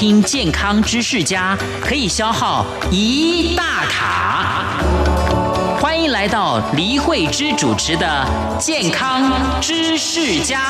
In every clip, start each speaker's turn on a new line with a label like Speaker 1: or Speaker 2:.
Speaker 1: 听健康知识家可以消耗一大卡。欢迎来到黎慧芝主持的《健康知识家》。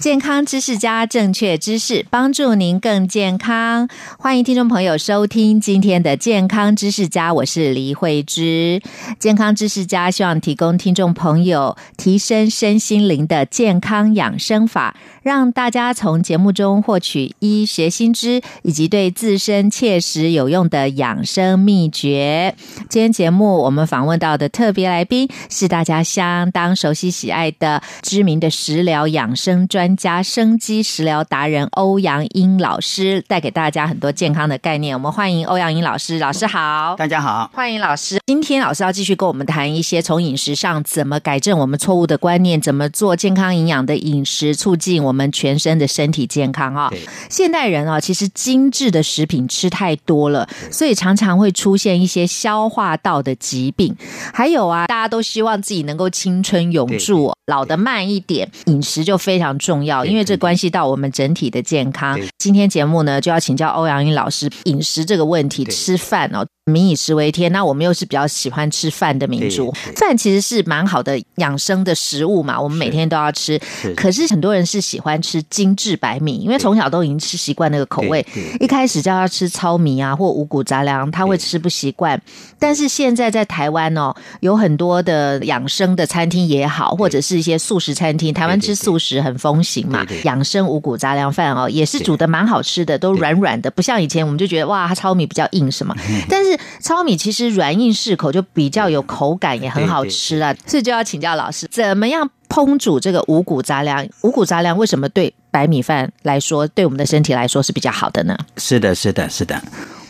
Speaker 2: 健康知识加正确知识，帮助您更健康。欢迎听众朋友收听今天的健康知识家，我是黎慧芝。健康知识家希望提供听众朋友提升身心灵的健康养生法，让大家从节目中获取医学新知以及对自身切实有用的养生秘诀。今天节目我们访问到的特别来宾是大家相当熟悉喜爱的知名的食疗养生专。专家、生机食疗达人欧阳英老师带给大家很多健康的概念。我们欢迎欧阳英老师，老师好，
Speaker 3: 大家好，
Speaker 2: 欢迎老师。今天老师要继续跟我们谈一些从饮食上怎么改正我们错误的观念，怎么做健康营养的饮食，促进我们全身的身体健康啊、哦。现代人啊、哦，其实精致的食品吃太多了，所以常常会出现一些消化道的疾病。还有啊，大家都希望自己能够青春永驻，老得慢一点，饮食就非常重要，因为这关系到我们整体的健康。今天节目呢，就要请教欧阳英老师饮食这个问题，吃饭哦。民以食为天，那我们又是比较喜欢吃饭的民族。饭其实是蛮好的养生的食物嘛，我们每天都要吃。是可是很多人是喜欢吃精致白米，因为从小都已经吃习惯那个口味。一开始叫他吃糙米啊或五谷杂粮，他会吃不习惯。但是现在在台湾哦，有很多的养生的餐厅也好，或者是一些素食餐厅，台湾吃素食很风行嘛。养生五谷杂粮饭哦，也是煮的蛮好吃的，都软软的，不像以前我们就觉得哇，它糙米比较硬什么，但是。糙米其实软硬适口，就比较有口感，也很好吃啊。所以就要请教老师，怎么样烹煮这个五谷杂粮？五谷杂粮为什么对白米饭来说，对我们的身体来说是比较好的呢？
Speaker 3: 是的，是的，是的。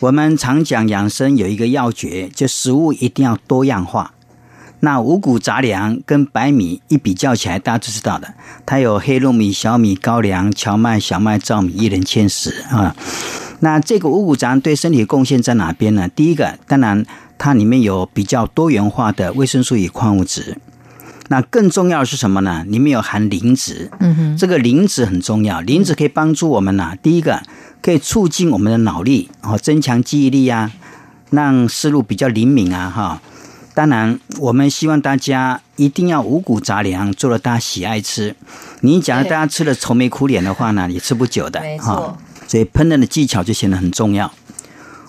Speaker 3: 我们常讲养生有一个要诀，就食物一定要多样化。那五谷杂粮跟白米一比较起来，大家就知道的，它有黑糯米、小米、高粱、荞麦、小麦、糙米，一人千石啊。那这个五谷杂粮对身体贡献在哪边呢？第一个，当然它里面有比较多元化的维生素与矿物质。那更重要的是什么呢？里面有含磷脂，嗯哼，这个磷脂很重要，磷脂可以帮助我们呐、啊。第一个，可以促进我们的脑力，哦，增强记忆力啊，让思路比较灵敏啊，哈。当然，我们希望大家一定要五谷杂粮做的大家喜爱吃。你假如大家吃的愁眉苦脸的话呢，也吃不久的
Speaker 2: 哈、哦。
Speaker 3: 所以烹饪的技巧就显得很重要。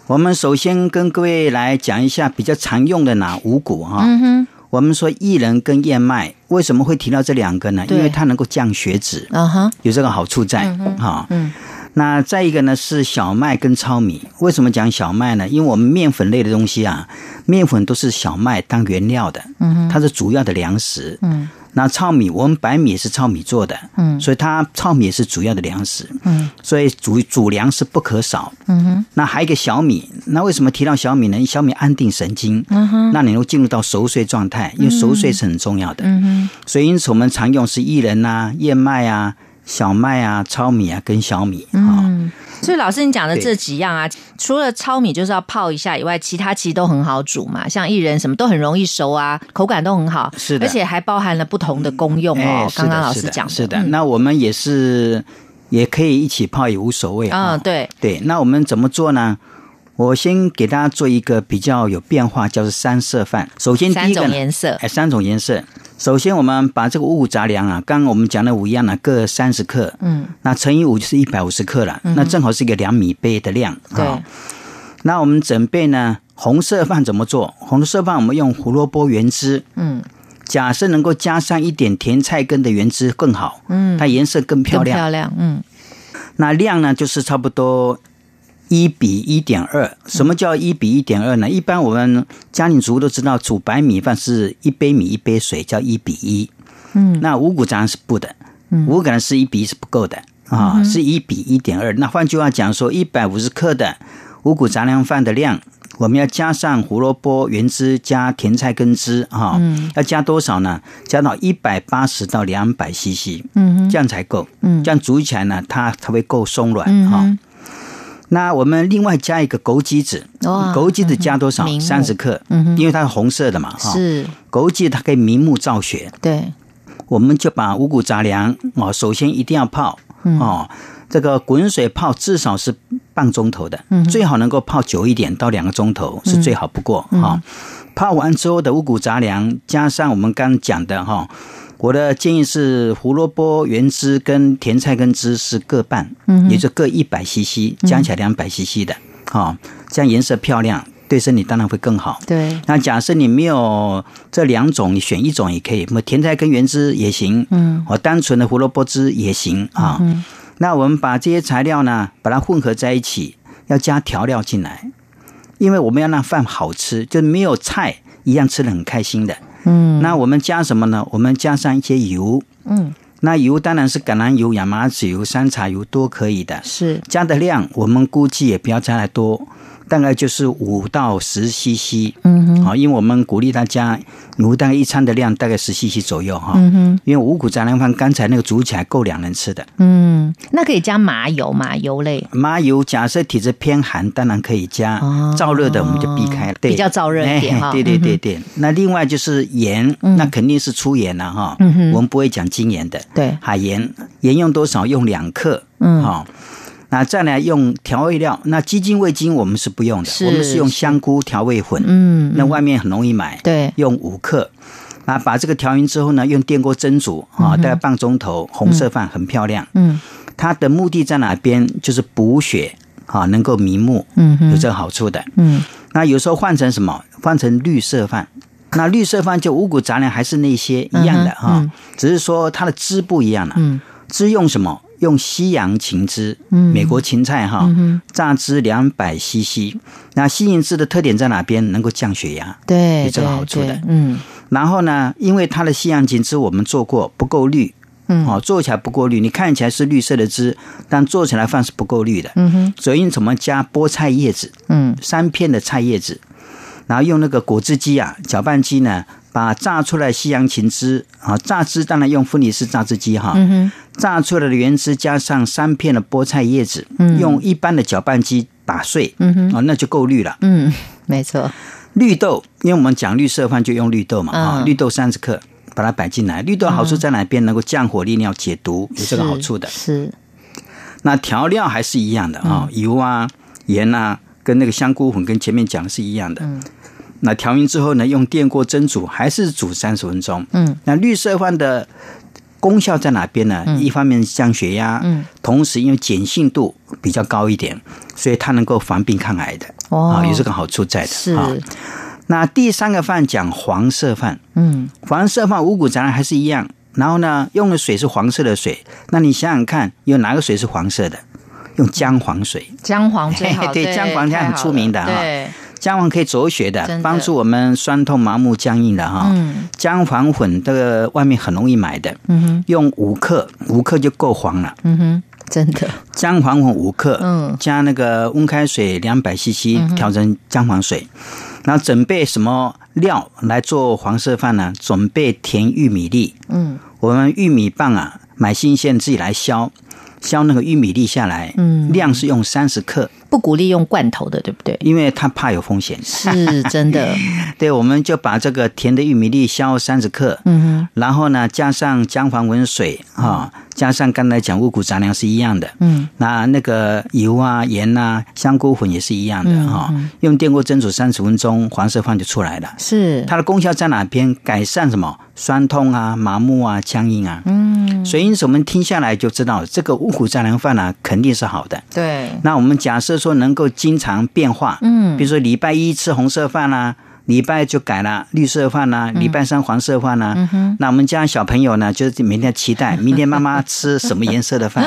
Speaker 3: 我们首先跟各位来讲一下比较常用的哪五谷哈。哦嗯、我们说薏仁跟燕麦为什么会提到这两个呢？因为它能够降血脂，啊、有这个好处在哈。嗯那再一个呢是小麦跟糙米，为什么讲小麦呢？因为我们面粉类的东西啊，面粉都是小麦当原料的，嗯，它是主要的粮食，嗯。那糙米，我们白米也是糙米做的，嗯，所以它糙米也是主要的粮食，嗯，所以主主粮是不可少，嗯哼。那还有一个小米，那为什么提到小米呢？小米安定神经，嗯哼，让你能进入到熟睡状态，
Speaker 2: 嗯
Speaker 3: 因为熟睡是很重要的，嗯哼。所以因此我们常用是薏仁啊、燕麦啊。小麦啊、糙米啊跟小米啊，
Speaker 2: 嗯，所以老师你讲的这几样啊，除了糙米就是要泡一下以外，其他其实都很好煮嘛，像薏仁什么都很容易熟啊，口感都很好，
Speaker 3: 是的，嗯哎
Speaker 2: 而且还包含了不同的功用哦。刚刚老师讲嗯
Speaker 3: 是的，那我们也是也可以一起泡也无所谓
Speaker 2: 啊，对
Speaker 3: 对。那我们怎么做呢？我先给大家做一个比较有变化，叫做三色饭。首先第一个
Speaker 2: 颜色，
Speaker 3: 哎，三种颜色。首先，我们把这个五谷杂粮啊，刚刚我们讲的五样呢、啊，各三十克，嗯，那乘以五就是一百五十克了，嗯、那正好是一个两米杯的量。
Speaker 2: 对、哦，
Speaker 3: 那我们准备呢，红色饭怎么做？红色饭我们用胡萝卜原汁，嗯，假设能够加上一点甜菜根的原汁更好，嗯，它颜色更漂亮，
Speaker 2: 漂亮，嗯。
Speaker 3: 那量呢，就是差不多。一比一点二，什么叫一比一点二呢？一般我们家庭主妇都知道，煮白米饭是一杯米一杯水，叫一比一。嗯，那五谷杂粮是不的，
Speaker 2: 嗯
Speaker 3: 五谷杂粮是一比一是不够的啊、哦，是一比一点二。那换句话讲说，一百五十克的五谷杂粮饭的量，我们要加上胡萝卜原汁加甜菜根汁啊，哦嗯、要加多少呢？加到一百八十到两百 CC，嗯，这样才够。嗯，这样煮起来呢，它才会够松软啊。哦嗯那我们另外加一个枸杞子
Speaker 2: 哇，
Speaker 3: 枸杞子加多少
Speaker 2: 嗯？明目
Speaker 3: 三十克，因为它是红色的嘛，哈。
Speaker 2: 是，
Speaker 3: 枸杞它可以明目造血，
Speaker 2: 对，
Speaker 3: 我们就把五谷杂粮哦，首先一定要泡哦，这个滚水泡至少是半钟头的，最好能够泡久一点，到两个钟头是最好不过哈。泡完之后的五谷杂粮，加上我们刚刚讲的哈，我的建议是胡萝卜原汁跟甜菜根汁是各半，也就各一百 CC，加起来两百 CC 的，好，这样颜色漂亮，对身体当然会更好。
Speaker 2: 对，
Speaker 3: 那假设你没有这两种，你选一种也可以，那么甜菜根原汁也行，嗯，我单纯的胡萝卜汁也行啊。那我们把这些材料呢，把它混合在一起，要加调料进来，因为我们要让饭好吃，就没有菜一样吃的很开心的。嗯，那我们加什么呢？我们加上一些油，
Speaker 2: 嗯，
Speaker 3: 那油当然是橄榄油、亚麻籽油、山茶油都可以的，
Speaker 2: 是，
Speaker 3: 加的量我们估计也不要加太多，大概就是五到十 CC。嗯哼，好，因为我们鼓励大家，如大概一餐的量大概十 CC 左右哈。嗯哼，因为五谷杂粮饭刚才那个煮起来够两人吃的。
Speaker 2: 嗯，那可以加麻油，麻油类，
Speaker 3: 麻油假设体质偏寒，当然可以加；
Speaker 2: 哦
Speaker 3: 燥热的我们就避开了。对，
Speaker 2: 比较燥热一点哈嗯
Speaker 3: 哎对对对对。那另外就是盐，那肯定是粗盐了哈。嗯哼，我们不会讲精盐的。
Speaker 2: 对
Speaker 3: 海盐盐用多少？用两克。
Speaker 2: 嗯
Speaker 3: 好、那再来用调味料，那鸡精、味精我们是不用的，
Speaker 2: 是
Speaker 3: 我们是用香菇调味混。
Speaker 2: 嗯，
Speaker 3: 那外面很容易买。
Speaker 2: 对，
Speaker 3: 用五克。啊，把这个调匀之后呢，用电锅蒸煮啊，大概半钟头，红色饭很漂亮。
Speaker 2: 嗯，
Speaker 3: 它的目的在哪边？就是补血啊，能够明目，
Speaker 2: 嗯
Speaker 3: 有这个好处的。
Speaker 2: 嗯，
Speaker 3: 那有时候换成什么？换成绿色饭。那绿色饭就五谷杂粮还是那些一样的
Speaker 2: 嗯哼
Speaker 3: 哈，只是说它的汁不一样了。
Speaker 2: 嗯，
Speaker 3: 汁用什么？用西洋芹汁，美国芹菜哈，
Speaker 2: 嗯
Speaker 3: 榨汁两百 CC。那西洋汁的特点在哪边？能够降血压。
Speaker 2: 对，
Speaker 3: 有哎这个
Speaker 2: 对
Speaker 3: 好处的
Speaker 2: 对嗯，
Speaker 3: 然后呢，因为它的西洋芹汁我们做过不够绿，
Speaker 2: 嗯
Speaker 3: 哦，做起来不够绿，你看起来是绿色的汁，但做起来饭是不够绿的，
Speaker 2: 嗯哼，
Speaker 3: 所以你怎么加菠菜叶子，
Speaker 2: 嗯，
Speaker 3: 三片的菜叶子，然后用那个果汁机啊，搅拌机呢，把榨出来西洋芹汁啊，榨汁当然用分离式榨汁机哈，嗯、榨出来的原汁加上三片的菠菜叶子，嗯、用一般的搅拌机打碎，嗯哼，啊，那就够绿了。
Speaker 2: 嗯，没错，
Speaker 3: 绿豆，因为我们讲绿色饭就用绿豆嘛，啊、
Speaker 2: 嗯
Speaker 3: 绿豆三十克，把它摆进来。绿豆好处在哪边？能够降火利尿、解毒，有这个
Speaker 2: 是
Speaker 3: 好处的。
Speaker 2: 是，
Speaker 3: 那调料还是一样
Speaker 2: 嗯
Speaker 3: 的啊、油啊、盐啊，跟那个香菇粉跟前面讲的是一样的。
Speaker 2: 嗯
Speaker 3: 那调匀之后呢，用电锅蒸煮，还是煮三十分钟。
Speaker 2: 嗯，
Speaker 3: 那绿色饭的功效在哪边呢？
Speaker 2: 嗯
Speaker 3: 一方面降血压，嗯，同时因为碱性度比较高一点，所以它能够防病抗癌的。
Speaker 2: 哦
Speaker 3: 啊，有这个好处在的。
Speaker 2: 是，
Speaker 3: 啊那第三个饭讲黄色饭，
Speaker 2: 嗯，
Speaker 3: 黄色饭五谷杂粮还是一样，然后呢，用的水是黄色的水，那你想想看，有哪个水是黄色的？用姜黄水，
Speaker 2: 姜黄最好，
Speaker 3: 对姜黄这样很出名的
Speaker 2: 太好了
Speaker 3: 哈
Speaker 2: 对，
Speaker 3: 姜黄可以左血
Speaker 2: 真
Speaker 3: 的，
Speaker 2: 的
Speaker 3: 帮助我们酸痛、麻木、僵硬的哈。
Speaker 2: 嗯
Speaker 3: 姜黄粉这个外面很容易买的，
Speaker 2: 嗯哼，
Speaker 3: 用五克，五克就够黄了。
Speaker 2: 嗯哼，真的，
Speaker 3: 姜黄粉五克，
Speaker 2: 嗯
Speaker 3: 加那个温开水两百 CC 调成姜黄水，然后准备什么料来做黄色饭呢？准备甜玉米粒，
Speaker 2: 嗯
Speaker 3: 我们玉米棒啊，买新鲜自己来削，削那个玉米粒下来，
Speaker 2: 嗯
Speaker 3: 量是用三十克，
Speaker 2: 不鼓励用罐头的，对 不对？
Speaker 3: 因为它怕有风险。
Speaker 2: 是真的，
Speaker 3: 对，我们就把这个甜的玉米粒削三十克，
Speaker 2: 嗯
Speaker 3: 然后呢，加上姜黄温水啊、加上刚才讲五谷杂粮是一样的，
Speaker 2: 嗯，
Speaker 3: 那那个油啊、盐啊、香菇粉也是一样的
Speaker 2: 嗯
Speaker 3: 哈、用电锅蒸煮三十分钟，黄色饭就出来了
Speaker 2: 哼，。是，
Speaker 3: 它的功效在哪边？改善什么？酸痛啊、麻木啊、僵硬啊。嗯，所以因此我们听下来就知道，这个五谷杂粮饭啊，肯定是好的。
Speaker 2: 对，
Speaker 3: 那我们假设说能够经常变化，
Speaker 2: 嗯
Speaker 3: 比如说礼拜一吃红色饭啦、啊礼拜就改了绿色饭啦、
Speaker 2: 嗯
Speaker 3: 礼拜三黄色饭啦、啊那我们家小朋友呢，就是每天 期待明天妈妈吃什么颜色的饭，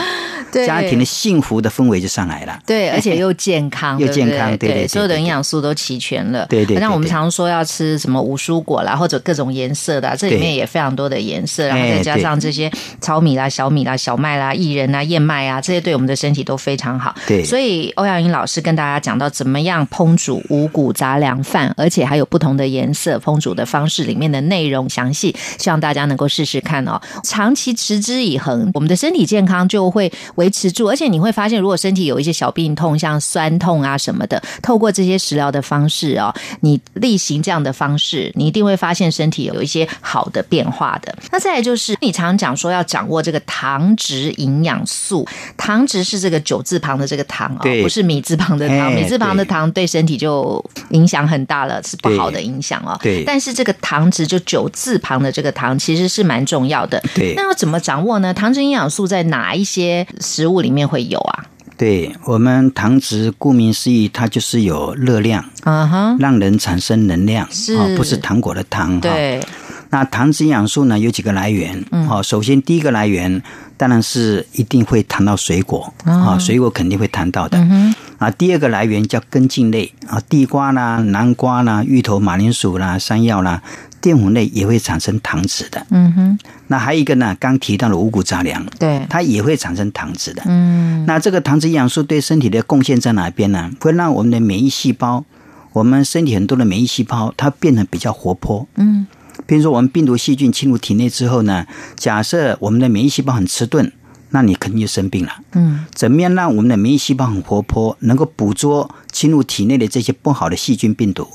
Speaker 2: 对
Speaker 3: 家庭的幸福的氛围就上来了。
Speaker 2: 对，而且又健康，
Speaker 3: 又
Speaker 2: 对不
Speaker 3: 健康对对
Speaker 2: 对，
Speaker 3: 对
Speaker 2: 所有的
Speaker 3: 对对
Speaker 2: 营养素都齐全了。
Speaker 3: 对对对
Speaker 2: 那我们
Speaker 3: 对
Speaker 2: 常说要吃什么五蔬果啦，或者各种颜色的啊，这里
Speaker 3: 对
Speaker 2: 面也非常多的颜色，然后
Speaker 3: 哎
Speaker 2: 再加
Speaker 3: 对
Speaker 2: 上这些糙米啦、小米啦、小麦啦、薏仁啦、燕麦啊，这些对我们的身体都非常好。
Speaker 3: 对
Speaker 2: 所以欧阳云老师跟大家讲到怎么样烹煮五谷杂粮饭，而且还有不同的颜色烹煮的方式，里面的内容详细，希望大家能够试试看哦。长期持之以恒，我们的身体健康就会维。维持住，而且你会发现，如果身体有一些小病痛，像酸痛啊什么的，透过这些食疗的方式哦，你例行这样的方式，你一定会发现身体有一些好的变化的。那再来就是，你常讲说要掌握这个糖质营养素，糖质是这个九字旁的这个糖哦，
Speaker 3: 对
Speaker 2: 不是米字旁的糖，
Speaker 3: 哎
Speaker 2: 米字旁的
Speaker 3: 对
Speaker 2: 糖对身体就影响很大了，是不
Speaker 3: 对
Speaker 2: 好的影响哦。
Speaker 3: 对
Speaker 2: 但是这个糖质就九字旁的这个糖其实是蛮重要的。
Speaker 3: 对
Speaker 2: 那要怎么掌握呢？糖质营养素在哪一些食物里面会有啊？
Speaker 3: 对，我们糖质顾名思义，它就是有热量，
Speaker 2: 啊哈，
Speaker 3: 让人产生能量，
Speaker 2: 是
Speaker 3: 哦，不是糖果的糖哈。
Speaker 2: 对，
Speaker 3: 那糖脂营养素呢有几个来源？
Speaker 2: 嗯
Speaker 3: 哦，首先第一个来源当然是一定会谈到水果啊、水果肯定会谈到的。
Speaker 2: 嗯
Speaker 3: 啊，第二个来源叫根茎类啊，地瓜啦、南瓜啦、芋头、马铃薯啦、山药啦，淀粉类也会产生糖脂的。
Speaker 2: 嗯哼，
Speaker 3: 那还有一个呢，刚提到的五谷杂粮，
Speaker 2: 对，
Speaker 3: 它也会产生糖脂的。
Speaker 2: 嗯，
Speaker 3: 那这个糖脂营养素对身体的贡献在哪边呢？会让我们的免疫细胞，我们身体很多的免疫细胞，它变得比较活泼。嗯，比如说我们病毒细菌侵入体内之后呢，假设我们的免疫细胞很迟钝，那你肯定就生病了。
Speaker 2: 嗯，
Speaker 3: 怎么样让我们的免疫细胞很活泼，能够捕捉侵入体内的这些不好的细菌病毒？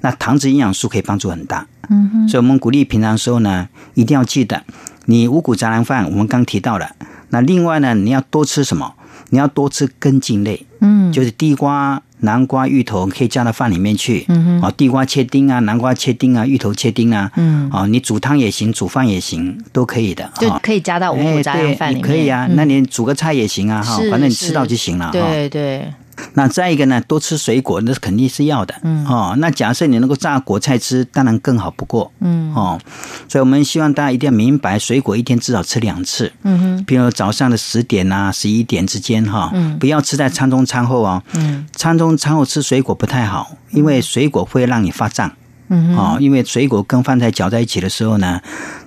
Speaker 3: 那糖脂营养素可以帮助很大。嗯哼，所以我们鼓励平常时候呢，一定要记得，你五谷杂粮饭我们刚提到了，那另外呢，你要多吃什么？你要多吃根茎类，嗯，就是地瓜、南瓜、芋头可以加到饭里面去，嗯啊，地瓜切丁啊，南瓜切丁啊，芋头切丁啊，嗯，啊，你煮汤也行，煮饭也行，都可以的，
Speaker 2: 就
Speaker 3: 啊
Speaker 2: 可以加到五谷杂
Speaker 3: 哎
Speaker 2: 粮
Speaker 3: 对
Speaker 2: 饭里面，
Speaker 3: 你可以啊，
Speaker 2: 嗯
Speaker 3: 那你煮个菜也行啊，哈
Speaker 2: 是，
Speaker 3: 反正你吃到就行了，哈。
Speaker 2: 对对，
Speaker 3: 那再一个呢，多吃水果那是肯定是要的，嗯，哦，那假设你能够榨果菜吃，当然更好不过，嗯，哦，所以我们希望大家一定要明白，水果一天至少吃两次，嗯哼，比如早上的十点啊、十一点之间哈、嗯，不要吃在餐中餐后哦，嗯，餐中餐后吃水果不太好，因为水果会让你发胀。嗯，哦，因为水果跟饭菜搅在一起的时候呢，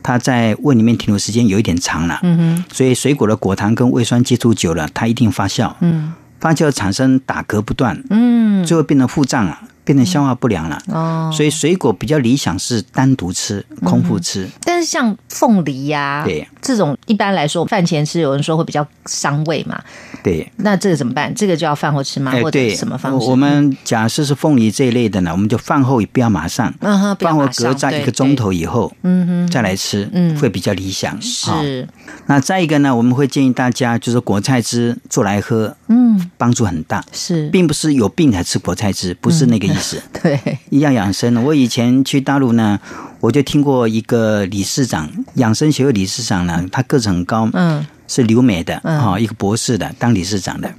Speaker 3: 它在胃里面停留时间有一点长了，嗯哼，所以水果的果糖跟胃酸接触久了，它一定发酵，嗯，发酵产生打嗝不断，嗯，最后变成腹胀了，变成消化不良了，
Speaker 2: 哦。嗯
Speaker 3: 所以水果比较理想是单独吃，空腹吃，
Speaker 2: 但是像凤梨呀、
Speaker 3: 对
Speaker 2: 这种一般来说饭前吃，有人说会比较伤胃嘛，
Speaker 3: 对。
Speaker 2: 那这个怎么办？这个就要饭后吃吗？
Speaker 3: 哎，
Speaker 2: 或者
Speaker 3: 对，
Speaker 2: 什么方式？
Speaker 3: 我我们假设是凤梨这一类的呢，我们就饭后也不要马上，
Speaker 2: 嗯哼，不要
Speaker 3: 饭后
Speaker 2: 马上
Speaker 3: 隔在一
Speaker 2: 对
Speaker 3: 个钟
Speaker 2: 对
Speaker 3: 头以后，
Speaker 2: 嗯哼，
Speaker 3: 再来吃，
Speaker 2: 嗯
Speaker 3: 会比较理想。好
Speaker 2: 是
Speaker 3: 那再一个呢，我们会建议大家就是果菜汁做来喝，嗯，帮助很大，
Speaker 2: 是，
Speaker 3: 并不是有病才吃果菜汁，不是那个意思，
Speaker 2: 对，
Speaker 3: 要养生。我以前去大陆呢，我就听过一个理事长，养生学会理事长呢，他个子很高，
Speaker 2: 嗯
Speaker 3: 是留美的啊、一个博士的，当理事长的。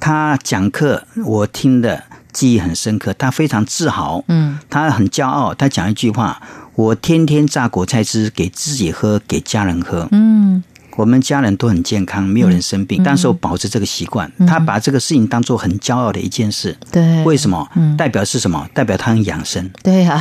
Speaker 3: 他讲课我听的记忆很深刻，他非常自豪，
Speaker 2: 嗯，
Speaker 3: 他很骄傲。他讲一句话：“我天天榨果菜汁给自己喝，给家人喝。”
Speaker 2: 嗯，
Speaker 3: 我们家人都很健康，没有人生病，但是我保持这个习惯。
Speaker 2: 嗯
Speaker 3: 他把这个事情当做很骄傲的一件事。
Speaker 2: 对，
Speaker 3: 为什么？代表是什么？代表他很养 生，
Speaker 2: 对啊，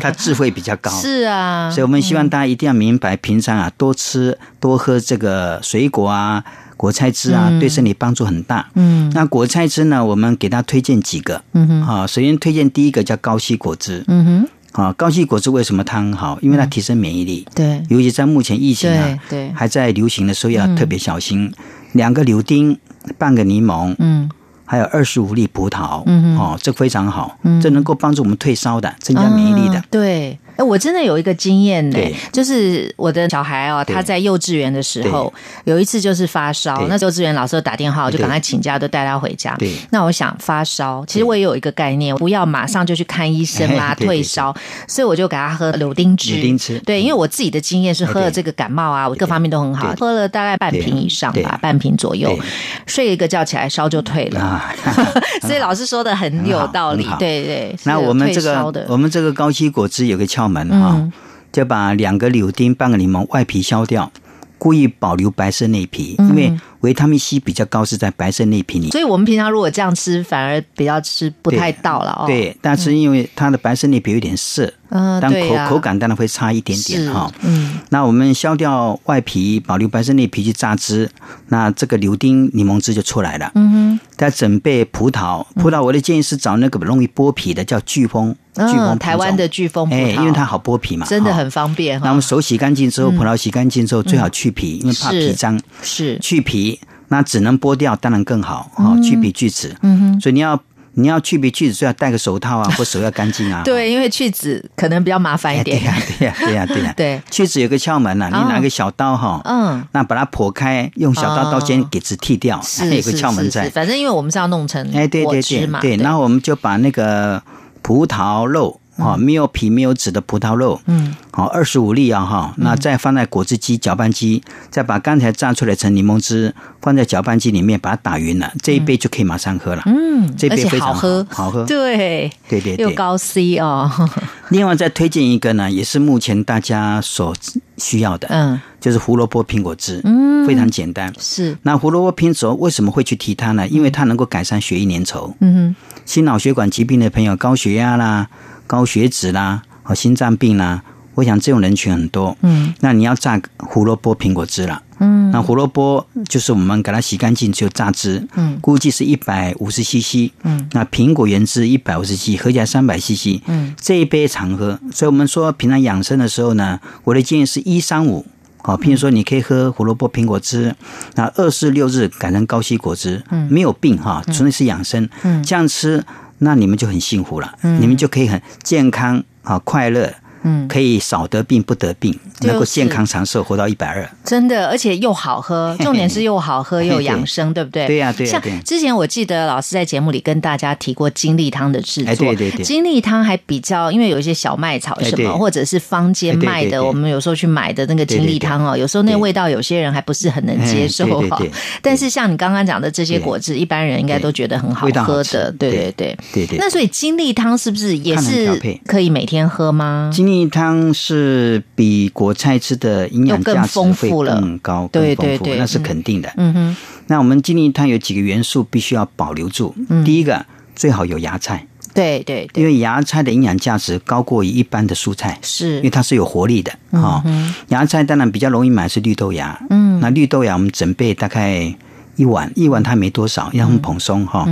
Speaker 3: 他智慧比较高。
Speaker 2: 是啊，
Speaker 3: 所以我们希望大家一定要明白，平常啊多吃多喝这个水果啊、果菜汁啊，对身体帮助很大。嗯，那果菜汁呢，我们给大家推荐几个。嗯哼，啊，首先推荐第一个叫高硒果汁。嗯
Speaker 2: 哼，
Speaker 3: 啊，高硒果汁为什么它很好？因为它提升免疫力，
Speaker 2: 对
Speaker 3: 尤其在目前疫情啊
Speaker 2: 对嗯对
Speaker 3: 还在流行的时候要特别小心。两个柳丁，半个柠檬，
Speaker 2: 嗯，
Speaker 3: 还有二十五粒葡萄，嗯哦，这非常好，这能够帮助我们退烧的，增加免疫力的
Speaker 2: 嗯啊。对。哎，我真的有一个经验呢
Speaker 3: 对，
Speaker 2: 就是我的小孩哦，
Speaker 3: 对
Speaker 2: 他在幼稚园的时候，有一次就是发烧，
Speaker 3: 对
Speaker 2: 那幼稚园老师就打电话，我就赶快请假，都带他回家。
Speaker 3: 对
Speaker 2: 那我想发烧，其实我也有一个概念，不要马上就去看医生啦，
Speaker 3: 哎 对对
Speaker 2: 退烧，所以我就给他喝柳丁汁。
Speaker 3: 柳丁汁
Speaker 2: 对，因为我自己的经验是喝了
Speaker 3: 哎
Speaker 2: 这个感冒啊，我各方面都很好，
Speaker 3: 对
Speaker 2: 喝了大概半瓶以上
Speaker 3: 对
Speaker 2: 吧，半瓶左右
Speaker 3: 对，
Speaker 2: 睡一个觉起来烧就退了。
Speaker 3: 啊，
Speaker 2: 所以老师说的很有道理
Speaker 3: 很，好
Speaker 2: 对对。
Speaker 3: 那
Speaker 2: 是
Speaker 3: 我们
Speaker 2: 退
Speaker 3: 这
Speaker 2: 烧
Speaker 3: 个
Speaker 2: 的嗯
Speaker 3: 我们这个高硒果汁有个窍门哈、就把两个柳丁、半个柠檬外皮削掉，故意保留白色内皮，
Speaker 2: 嗯
Speaker 3: 因为维他命 C 比较高是在白色内皮里。
Speaker 2: 所以我们平常如果这样吃，反而比较吃不太到了哦。，
Speaker 3: 对，但是因为它的白色内皮有点涩，
Speaker 2: 嗯，
Speaker 3: 但
Speaker 2: 对
Speaker 3: 口、
Speaker 2: 呀
Speaker 3: 口感当然会差一点点
Speaker 2: 是
Speaker 3: 哈、
Speaker 2: 嗯，
Speaker 3: 那我们削掉外皮，保留白色内皮去榨汁，那这个柳丁柠檬汁就出来了。嗯哼。再准备葡萄，
Speaker 2: 嗯
Speaker 3: 葡萄我的建议是找那个容易剥皮的，叫巨峰。巨峰
Speaker 2: 嗯，
Speaker 3: 品
Speaker 2: 台湾
Speaker 3: 种
Speaker 2: 的飓风葡
Speaker 3: 哎，
Speaker 2: 萄，
Speaker 3: 因为它好剥皮嘛，
Speaker 2: 真的
Speaker 3: 哈
Speaker 2: 很方便
Speaker 3: 那我
Speaker 2: 哈
Speaker 3: 们。手洗干净之后，葡萄洗干净之后，最好去皮，因为怕
Speaker 2: 是
Speaker 3: 皮脏。
Speaker 2: 是，
Speaker 3: 去皮，那只能剥掉，当然更好哈，去皮去籽。
Speaker 2: 嗯哼，
Speaker 3: 所以你要你要去皮去籽，就要戴个 手套啊，或手要干净啊。
Speaker 2: 对，因为去籽可能比较麻烦一
Speaker 3: 哎， 对
Speaker 2: 点。
Speaker 3: 呀，对呀，对呀，对 呀。
Speaker 2: 对，
Speaker 3: 去籽有个窍门呐、啊
Speaker 2: 哦
Speaker 3: 你拿个小刀哈、
Speaker 2: 嗯，
Speaker 3: 那把它剖开，用小刀刀尖给籽剃掉，它
Speaker 2: 是
Speaker 3: 有个
Speaker 2: 是
Speaker 3: 窍门
Speaker 2: 哦是
Speaker 3: 在
Speaker 2: 是，。反正因为我们是要弄成
Speaker 3: 哎，对
Speaker 2: 果
Speaker 3: 对
Speaker 2: 汁
Speaker 3: 对
Speaker 2: 嘛，
Speaker 3: 对，然后我们就把那个葡萄肉哈、没有皮没有籽的葡萄肉，
Speaker 2: 嗯，
Speaker 3: 好二十五粒啊哈，那再放在果汁机、搅拌机，再把刚才榨出来成柠檬汁放在搅拌机里面，把它打匀了，这一杯就可以马上喝了。
Speaker 2: 嗯，
Speaker 3: 这
Speaker 2: 而
Speaker 3: 杯
Speaker 2: 且
Speaker 3: 非常
Speaker 2: 好喝，
Speaker 3: 好喝
Speaker 2: 对，
Speaker 3: 对对
Speaker 2: 又
Speaker 3: 对。
Speaker 2: 高 C 哦，
Speaker 3: 另外再推荐一个呢，也是目前大家所需要的，
Speaker 2: 嗯，
Speaker 3: 就是胡萝卜苹果汁，嗯，非常简单。
Speaker 2: 是，
Speaker 3: 那胡萝卜拼轴为什么会去提它呢？因为它能够改善血液粘稠，
Speaker 2: 嗯
Speaker 3: 心脑血管疾病的朋友，高血压啦、高血脂啦、和心脏病啦，我想这种人群很多。
Speaker 2: 嗯，
Speaker 3: 那你要榨胡萝卜苹果汁啦。嗯，那胡萝卜就是我们给它洗干净，只有榨汁。
Speaker 2: 嗯，
Speaker 3: 估计是一百五十 CC。
Speaker 2: 嗯，
Speaker 3: 那苹果原汁一百五十 CC，合起来三百 CC。
Speaker 2: 嗯，
Speaker 3: 这一杯常喝，所以我们说平常养生的时候呢，我的建议是一三五。好，哦譬如说，你可以喝胡萝卜苹果汁，那二四六日改成高硒果汁，嗯，没有病哈，纯粹是养生，嗯，这样吃，那你们就很幸福了，嗯，你们就可以很健康啊，快乐，
Speaker 2: 嗯，
Speaker 3: 可以少得病不得病，
Speaker 2: 就是
Speaker 3: 能够健康长寿，活到一百二。
Speaker 2: 哼，真的，而且又好喝，重点是又好喝又养 生，对不对？
Speaker 3: 对呀对呀对呀
Speaker 2: 像之前我记得老师在节目里跟大家提过金栗汤的制作，
Speaker 3: 哎对对对
Speaker 2: 金栗汤还比较，因为有一些小麦草
Speaker 3: 哎
Speaker 2: 什
Speaker 3: 对
Speaker 2: 么，或者是坊间
Speaker 3: 哎对
Speaker 2: 卖
Speaker 3: 对
Speaker 2: 的，
Speaker 3: 对
Speaker 2: 我们有时候去买的那个金栗汤哦，有时候那味道有些人还不是很能接受
Speaker 3: 哎对
Speaker 2: 哈
Speaker 3: 对对。
Speaker 2: 但是像你刚刚讲的这些果汁，一般人应该都觉得很好
Speaker 3: 味道好
Speaker 2: 喝
Speaker 3: 吃
Speaker 2: 的，对对
Speaker 3: 对
Speaker 2: 对。
Speaker 3: 对对，
Speaker 2: 那所以金栗汤是不是也
Speaker 3: 看人调
Speaker 2: 是
Speaker 3: 配
Speaker 2: 可以每天喝吗？
Speaker 3: 金栗汤是比果菜吃的营养
Speaker 2: 又
Speaker 3: 价
Speaker 2: 更
Speaker 3: 值
Speaker 2: 丰
Speaker 3: 会
Speaker 2: 富了
Speaker 3: 更高、
Speaker 2: 对
Speaker 3: 更
Speaker 2: 对
Speaker 3: 丰富
Speaker 2: 对，
Speaker 3: 那是
Speaker 2: 嗯
Speaker 3: 肯定的。
Speaker 2: 嗯哼，
Speaker 3: 那我们金栗汤有几个元素必须要保留住，
Speaker 2: 嗯
Speaker 3: 第一个最好有芽菜，
Speaker 2: 对对对，
Speaker 3: 因为芽菜的营养价值高过于一般的蔬菜。因为
Speaker 2: 是，
Speaker 3: 它是有活力的哈、芽菜当然比较容易买是绿豆芽，嗯，那绿豆芽我们准备大概一碗，一碗它没多少，要很蓬松哈、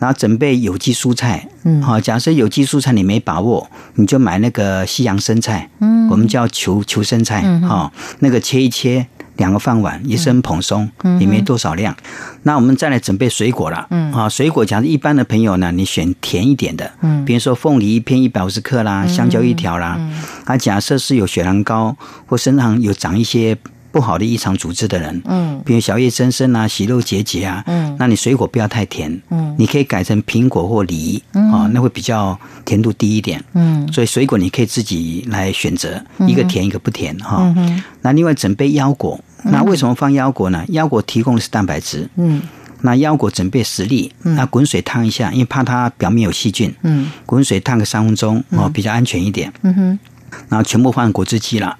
Speaker 3: 然后准备有机蔬菜，嗯，好，假设有机蔬菜你没把握，你就买那个西洋生菜，嗯，我嗯们叫球球生菜，哈、那个切一切。两个饭碗也是很蓬松，也没多少量。那我们再来准备水果了，嗯啊，水果假如一般的朋友呢，你选甜一点的，嗯，比如说凤梨一片一百五十克啦，香蕉一条啦，啊，假设是有血糖高或身上有长一些不好的异常组织的人，
Speaker 2: 嗯
Speaker 3: 比如小叶增生啊、息肉结节啊，
Speaker 2: 嗯
Speaker 3: 那你水果不要太甜，
Speaker 2: 嗯
Speaker 3: 你可以改成苹果或梨，哦，那会比较甜度低一点，
Speaker 2: 嗯
Speaker 3: 所以水果你可以自己来选择，一个甜一个不甜哈。
Speaker 2: 嗯哼
Speaker 3: 那另外准备腰果，那为什么放腰果呢？腰果提供的是蛋白质，
Speaker 2: 嗯
Speaker 3: 那腰果准备十粒，那滚水烫一下，因为怕它表面有细菌，
Speaker 2: 嗯
Speaker 3: 滚水烫个三分钟哦，比较安全一点。
Speaker 2: 嗯哼，
Speaker 3: 然后全部放果汁机了。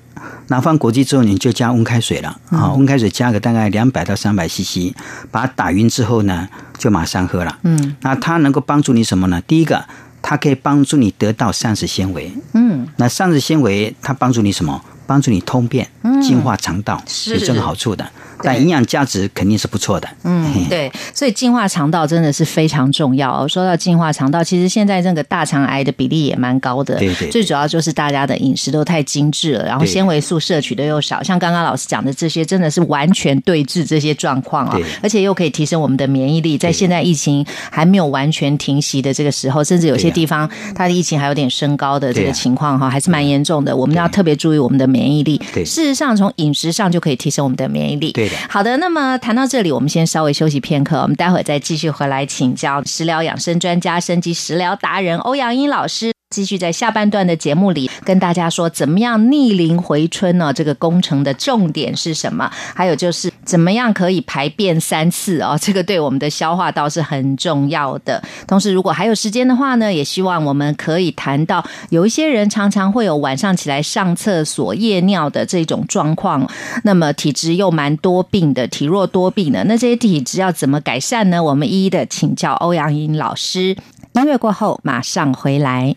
Speaker 3: 那放果汁之后，你就加温开水了
Speaker 2: 嗯
Speaker 3: 啊，温开水加个大概两百到三百 CC，把它打匀之后呢，就马上喝了。
Speaker 2: 嗯
Speaker 3: 那它能够帮助你什么呢？第一个，它可以帮助你得到膳食纤维。
Speaker 2: 嗯
Speaker 3: 那膳食纤维它帮助你什么？帮助你通便、净化肠道，
Speaker 2: 嗯是
Speaker 3: 有这个好处的。但
Speaker 2: 对
Speaker 3: 营养价值肯定是不错的。嘿
Speaker 2: 嗯，对，所以净化肠道真的是非常重要哦。说到净化肠道，其实现在这个大肠癌的比例也蛮高的，
Speaker 3: 对对对
Speaker 2: 最主要就是大家的饮食都太精致了，然后
Speaker 3: 对
Speaker 2: 纤维素摄取的又少，像刚刚老师讲的这些，真的是完全对治这些状况啊、
Speaker 3: 对
Speaker 2: 而且又可以提升我们的免疫力。在现在疫情还没有完全停息的这个时候，甚至有些
Speaker 3: 对呀
Speaker 2: 地方它的疫情还有点升高的这
Speaker 3: 对
Speaker 2: 个
Speaker 3: 呀
Speaker 2: 情况哈，还是蛮严重的。我们要特别注意我们的免疫力。
Speaker 3: 对
Speaker 2: 事实上从饮食上就可以提升我们的免疫力。
Speaker 3: 对的
Speaker 2: 好的，那么谈到这里，我们先稍微休息片刻，我们待会儿再继续回来请教食疗养生专家、升级食疗达人欧阳英老师。继续在下半段的节目里跟大家说，怎么样逆龄回春呢、这个工程的重点是什么？还有就是怎么样可以排便三次哦，这个对我们的消化道是很重要的。同时，如果还有时间的话呢，也希望我们可以谈到有一些人常常会有晚上起来上厕所夜尿的这种状况，那么体质又蛮多病的，体弱多病的，那这些体质要怎么改善呢？我们一一的请教欧阳英老师。音乐过后马上回来。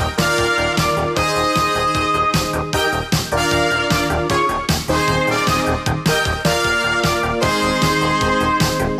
Speaker 4: Thank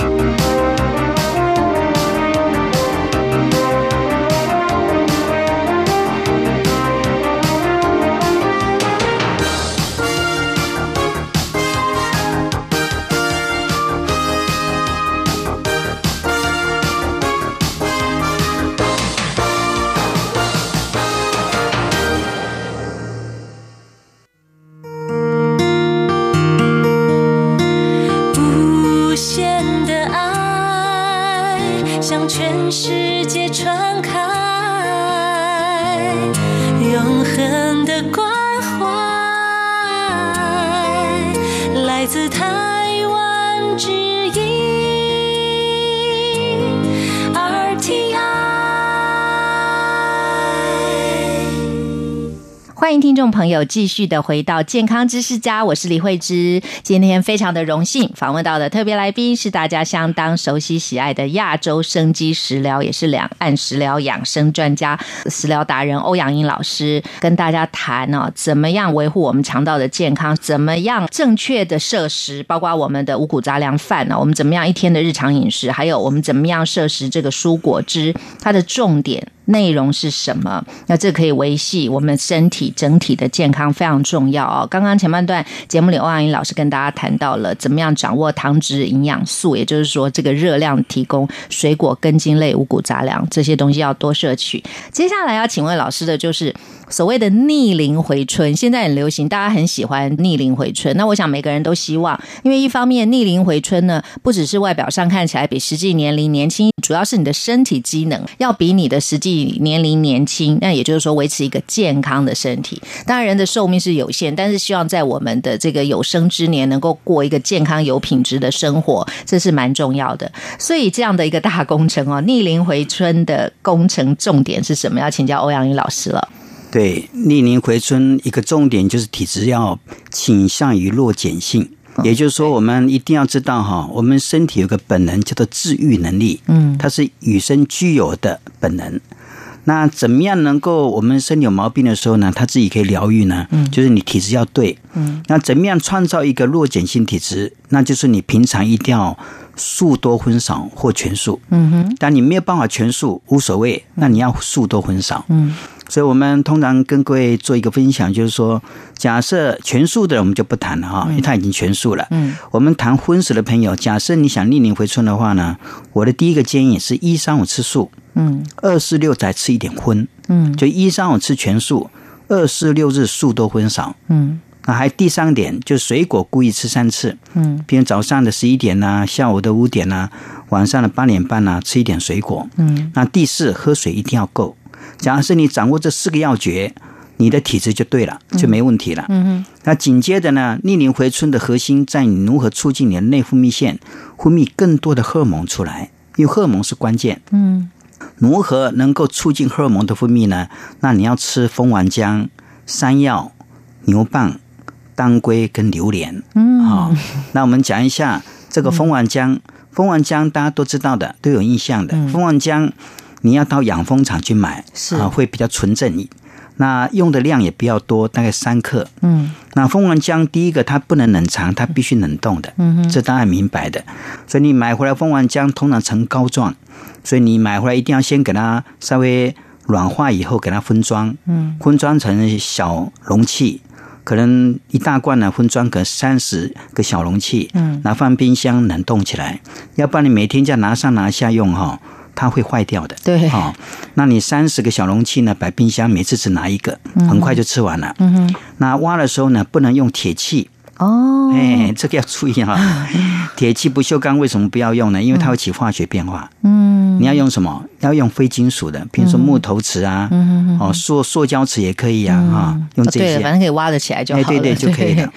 Speaker 4: 自台湾之音 RTI。
Speaker 2: 欢迎听众朋友继续的回到健康知识家，我是李慧芝。今天非常的荣幸访问到的特别来宾是大家相当熟悉喜爱的亚洲生机食疗，也是两岸食疗养生专家、食疗达人欧阳英老师，跟大家谈哦，怎么样维护我们肠道的健康，怎么样正确的摄食，包括我们的五谷杂粮饭呢、哦我们怎么样一天的日常饮食，还有我们怎么样摄食这个蔬果汁，它的重点内容是什么？那这可以维系我们身体整体的健康，非常重要哦。刚刚前半段节目里，欧阳英老师跟大家谈到了怎么样掌握糖脂营养素，也就是说这个热量提供，水果、根茎类、五谷杂粮这些东西要多摄取。接下来要请问老师的就是所谓的逆龄回春，现在很流行，大家很喜欢逆龄回春。那我想每个人都希望，因为一方面逆龄回春呢，不只是外表上看起来比实际年龄年轻，主要是你的身体机能要比你的实际年龄年轻。那也就是说，维持一个健康的身体。当然，人的寿命是有限，但是希望在我们的这个有生之年能够过一个健康有品质的生活，这是蛮重要的。所以这样的一个大工程哦，逆龄回春的工程重点是什么？要请教欧阳瑜老师了。
Speaker 3: 对，逆龄回春一个重点就是体质要倾向于弱碱性，也就是说，我们一定要知道哈，我们身体有个本能叫做治愈能力，嗯，它是与生俱有的本能。那怎么样能够我们身体有毛病的时候呢，它自己可以疗愈呢？嗯，就是你体质要对，嗯，那怎么样创造一个弱碱性体质？那就是你平常一定要素多荤少或全素，嗯哼，但你没有办法全素无所谓，那你要素多荤少，嗯。所以我们通常跟各位做一个分享，就是说，假设全素的我们就不谈了哈，因为他已经全素了。嗯，我们谈荤食的朋友，假设你想逆龄回春的话呢，我的第一个建议是一三五吃素，嗯，二四六再吃一点荤，嗯，就一三五吃全素，二四六日素多荤少，嗯。那还第三点，就水果故意吃三次，嗯，比如早上的十一点呐、下午的五点呐、晚上的八点半呐、吃一点水果，嗯。那第四，喝水一定要够，假设你掌握这四个要诀，你的体质就对了，就没问题了。嗯嗯。那紧接着呢，逆龄回春的核心在于如何促进你的内分泌腺分泌更多的荷尔蒙出来，因为荷尔蒙是关键。嗯。如何能够促进荷尔蒙的分泌呢？那你要吃蜂王浆、山药、牛蒡、当归跟榴莲。嗯。好、那我们讲一下这个蜂王浆。蜂王浆大家都知道的，都有印象的。蜂王浆你要到养蜂场去买，
Speaker 2: 是
Speaker 3: 啊，会比较纯正。那用的量也比较多，大概三克。嗯，那蜂王浆第一个它不能冷藏，它必须冷冻的。嗯这当然明白的。所以你买回来蜂王浆通常呈膏状，所以你买回来一定要先给它稍微软化以后给它分装，嗯，分装成小容器。可能一大罐呢，分装个三十个小容器，嗯，拿放冰箱冷冻起来，要不然你每天这样拿上拿下用哈、它会坏掉的。
Speaker 2: 对
Speaker 3: 哦，那你三十个小容器呢，摆冰箱，每次只拿一个，很快就吃完了。嗯哼，那挖的时候呢，不能用铁器，
Speaker 2: 哦，
Speaker 3: 哎，这个要注意哈、啊 铁器不锈钢为什么不要用呢？因为它会起化学变化。嗯，你要用什么？要用非金属的，比如说木头匙啊，嗯、哦，塑塑胶匙也可以啊，哈、用这
Speaker 2: 嗯哦对
Speaker 3: 些。
Speaker 2: 了，反正可以挖得起来就好
Speaker 3: 哎，
Speaker 2: 了，
Speaker 3: 对对，就可以了。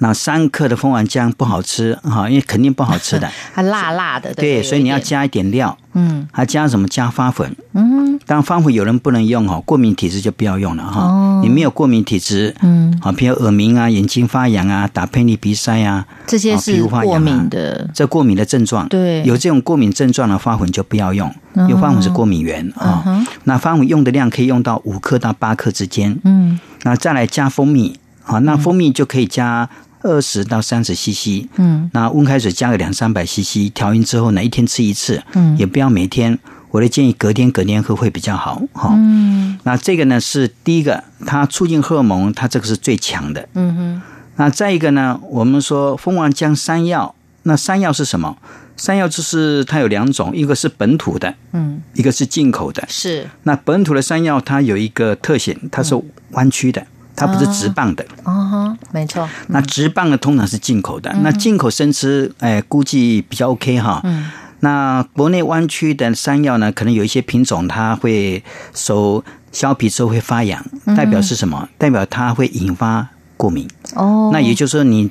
Speaker 3: 那三克的蜂王浆不好吃哈，因为肯定不好 吃的。
Speaker 2: 它辣辣的，
Speaker 3: 对，
Speaker 2: 不
Speaker 3: 所以你要
Speaker 2: 有一点
Speaker 3: 加一点料，嗯，还加什么？加发粉，嗯，当然发粉有人不能用哈，过敏体质就不要用了哈。哦，你没有过敏体质，嗯，啊，比如耳鸣啊、眼睛发痒啊、打喷嚏、鼻塞啊，
Speaker 2: 这些
Speaker 3: 啊
Speaker 2: 是过敏，的，
Speaker 3: 这过敏的症状，
Speaker 2: 对
Speaker 3: 有这种过敏症状的花粉就不要用，因为花粉是过敏源啊、那花粉用的量可以用到五克到八克之间，嗯，那再来加蜂蜜啊，那蜂蜜就可以加。二十到三十 CC，嗯，那温开水加个两三百 CC，调匀之后呢，一天吃一次，嗯，也不要每天。我的建议隔天隔天喝会比较好，哈、嗯，那这个呢是第一个，它促进荷尔蒙，它这个是最强的，嗯哼。那再一个呢，我们说蜂王浆山药，那山药是什么？山药就是它有两种，一个是本土的，嗯，一个是进口的。
Speaker 2: 是
Speaker 3: 那本土的山药它有一个特性，它是弯曲的，它不是直棒的。
Speaker 2: 哦哈，没错，
Speaker 3: 那直棒的通常是进口的，那进口生吃，哎、估计比较 OK 哈。嗯。那国内湾区的山药呢，可能有一些品种它会手削皮之后会发痒，代表是什么？代表它会引发过敏。
Speaker 2: 哦，
Speaker 3: 那也就是说你。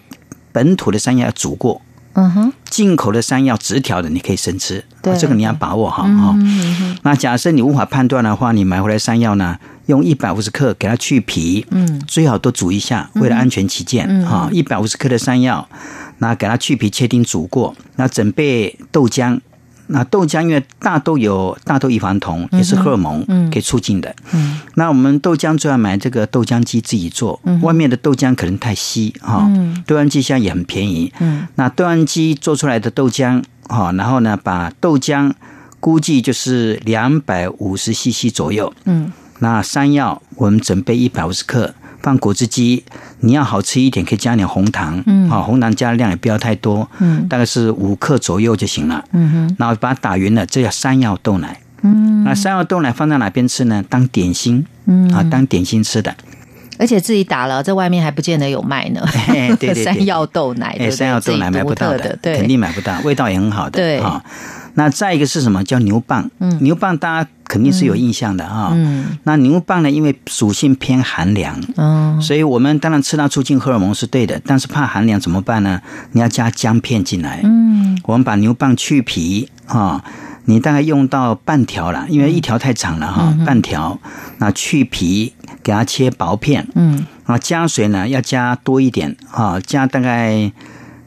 Speaker 3: 本土的山药要煮过，
Speaker 2: 嗯哼，
Speaker 3: 进口的山药直条的你可以生吃，
Speaker 2: 对嗯
Speaker 3: 啊这个你要把握好啊。那假设你无法判断的话，你买回来山药呢，用一百五十克给它去皮，嗯，最好都煮一下，为了安全起见
Speaker 2: 嗯
Speaker 3: 啊，一百五十克的山药，那给它去皮切丁煮过，那准备豆浆。那豆浆因为大豆有大豆异黄酮，也是荷尔蒙可以促进的。嗯，那我们豆浆最好买这个豆浆机自己做，外面的豆浆可能太稀哈。豆浆机现在也很便宜。嗯，那豆浆机做出来的豆浆，哈，然后呢，把豆浆估计就是两百五十 CC 左右。嗯，那山药我们准备一百五十克。放果汁机，你要好吃一点，可以加点红糖，嗯，好、红糖加的量也不要太多，嗯，大概是五克左右就行了，嗯哼，然后把它打匀了，这叫山药豆奶，嗯，那山药豆奶放在哪边吃呢？当点心，嗯，啊，当点心吃的，
Speaker 2: 而且自己打了，在外面还不见得有卖呢。
Speaker 3: 嘿哎 对对对
Speaker 2: 山药豆奶，对
Speaker 3: 哎，
Speaker 2: 不对
Speaker 3: 山药豆奶买不到
Speaker 2: 自己独特的，对，
Speaker 3: 肯定买不到，味道也很好的，
Speaker 2: 对
Speaker 3: 啊、那再一个是什么？叫牛蒡，嗯，牛蒡大家肯定是有印象的啊、嗯，那牛蒡呢，因为属性偏寒凉，
Speaker 2: 嗯，
Speaker 3: 所以我们当然吃到促进荷尔蒙是对的，但是怕寒凉怎么办呢？你要加姜片进来。嗯，我们把牛蒡去皮啊、你大概用到半条了，因为一条太长了哈、
Speaker 2: 嗯
Speaker 3: 半条。那去皮，给它切薄片。嗯，啊，加水呢要加多一点啊、加大概。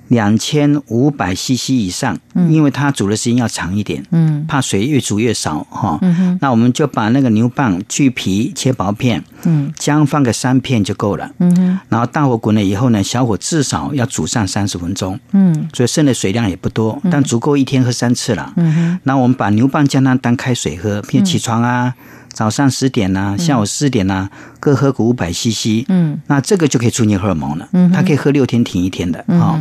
Speaker 3: 两千五百 CC 以上，因为它煮的时间要长一点，嗯，怕水越煮越少哈。嗯、那我们就把那个牛蒡去皮切薄片，嗯，姜放个三片就够了，嗯，然后大火滚了以后呢，小火至少要煮上三十分钟，嗯，所以剩的水量也不多，但足够一天喝三次了，嗯那我们把牛蒡姜汤当开水喝，譬如起床啊。早上十点呐、下午四点呐、各喝个五百 CC，嗯，那这个就可以促进荷尔蒙了，嗯，它可以喝六天停一天的啊、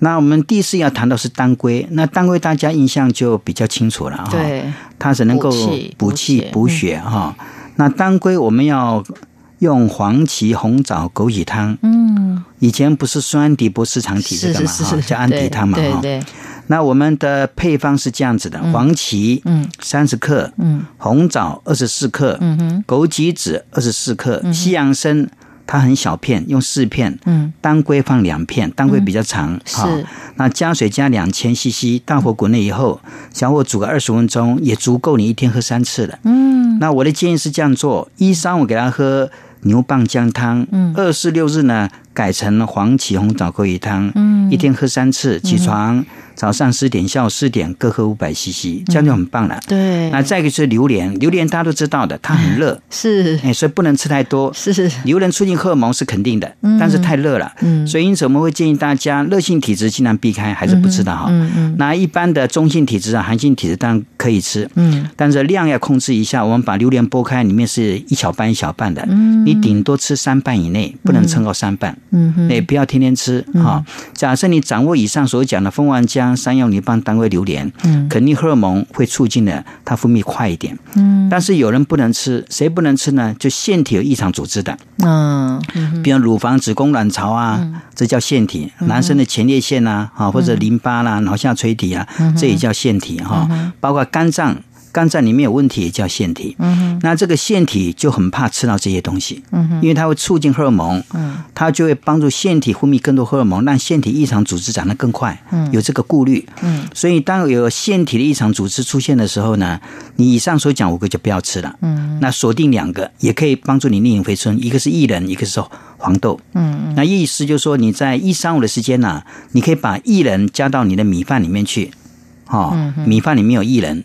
Speaker 3: 那我们第四要谈到是当归，那当归大家印象就比较清楚了哦哈，
Speaker 2: 对，
Speaker 3: 它是能够
Speaker 2: 补气
Speaker 3: 补气
Speaker 2: 补嗯
Speaker 3: 补血哈、那当归我们要用黄芪、红枣、枸杞汤，嗯，以前不是酸迪博士常提这
Speaker 2: 是是
Speaker 3: 个嘛
Speaker 2: 是
Speaker 3: 哈
Speaker 2: 是，
Speaker 3: 叫安迪汤嘛
Speaker 2: 对
Speaker 3: 哈。
Speaker 2: 对对，
Speaker 3: 那我们的配方是这样子的：黄芪，嗯，三十克，嗯，红枣二十四克，嗯哼，枸杞子二十四克，
Speaker 2: 嗯
Speaker 3: 西洋参它很小片，用四片，嗯，当归放两片，当归比较长，哈
Speaker 2: 嗯是
Speaker 3: 那加水加两千 CC，大火滚了以后，小火煮个二十分钟，也足够你一天喝三次了。嗯，那我的建议是这样做：一三五给他喝牛蒡姜汤，嗯，二四六日呢改成黄芪红枣枸杞汤，嗯，一天喝三次，起床、早上十点，下午四点各喝五百 CC，这样就很棒了。
Speaker 2: 对，
Speaker 3: 那再一个就是榴莲，榴莲大家都知道的，它很热，
Speaker 2: 是
Speaker 3: 哎，所以不能吃太多。
Speaker 2: 是，
Speaker 3: 榴莲促进荷尔蒙是肯定的，但是太热了，所以因此我们会建议大家热性体质尽量避开，还是不吃的哈。那一般的中性体质啊、寒性体质当然可以吃，嗯，但是量要控制一下。我们把榴莲剥开，里面是一小半一小半的，你顶多吃三瓣以内，不能撑到三瓣，嗯，也不要天天吃哈。假设你掌握以上所讲的蜂王浆、山药、泥棒、当归、榴莲，嗯，肯定荷尔蒙会促进的它分泌快一点，嗯，但是有人不能吃，谁不能吃呢？就腺体有异常组织的，
Speaker 2: 嗯，
Speaker 3: 比如乳房、子宫、卵巢啊，这叫腺体；男生的前列腺啊，啊或者淋巴啦、脑下垂体啊，这也叫腺体啊哈。包括肝脏，肝脏里面有问题也叫腺体。那这个腺体就很怕吃到这些东西，因为它会促进荷尔蒙，它就会帮助腺体分泌更多荷尔蒙，让腺体异常组织长得更快。有这个顾虑，所以当有腺体的异常组织出现的时候呢，你以上所讲五个就不要吃了。嗯，那锁定两个也可以帮助你逆龄回春，一个是薏仁，一个是黄豆。嗯，那意思就是说你在一三五的时间呢、你可以把薏仁加到你的米饭里面去，哦，米饭里面有薏仁，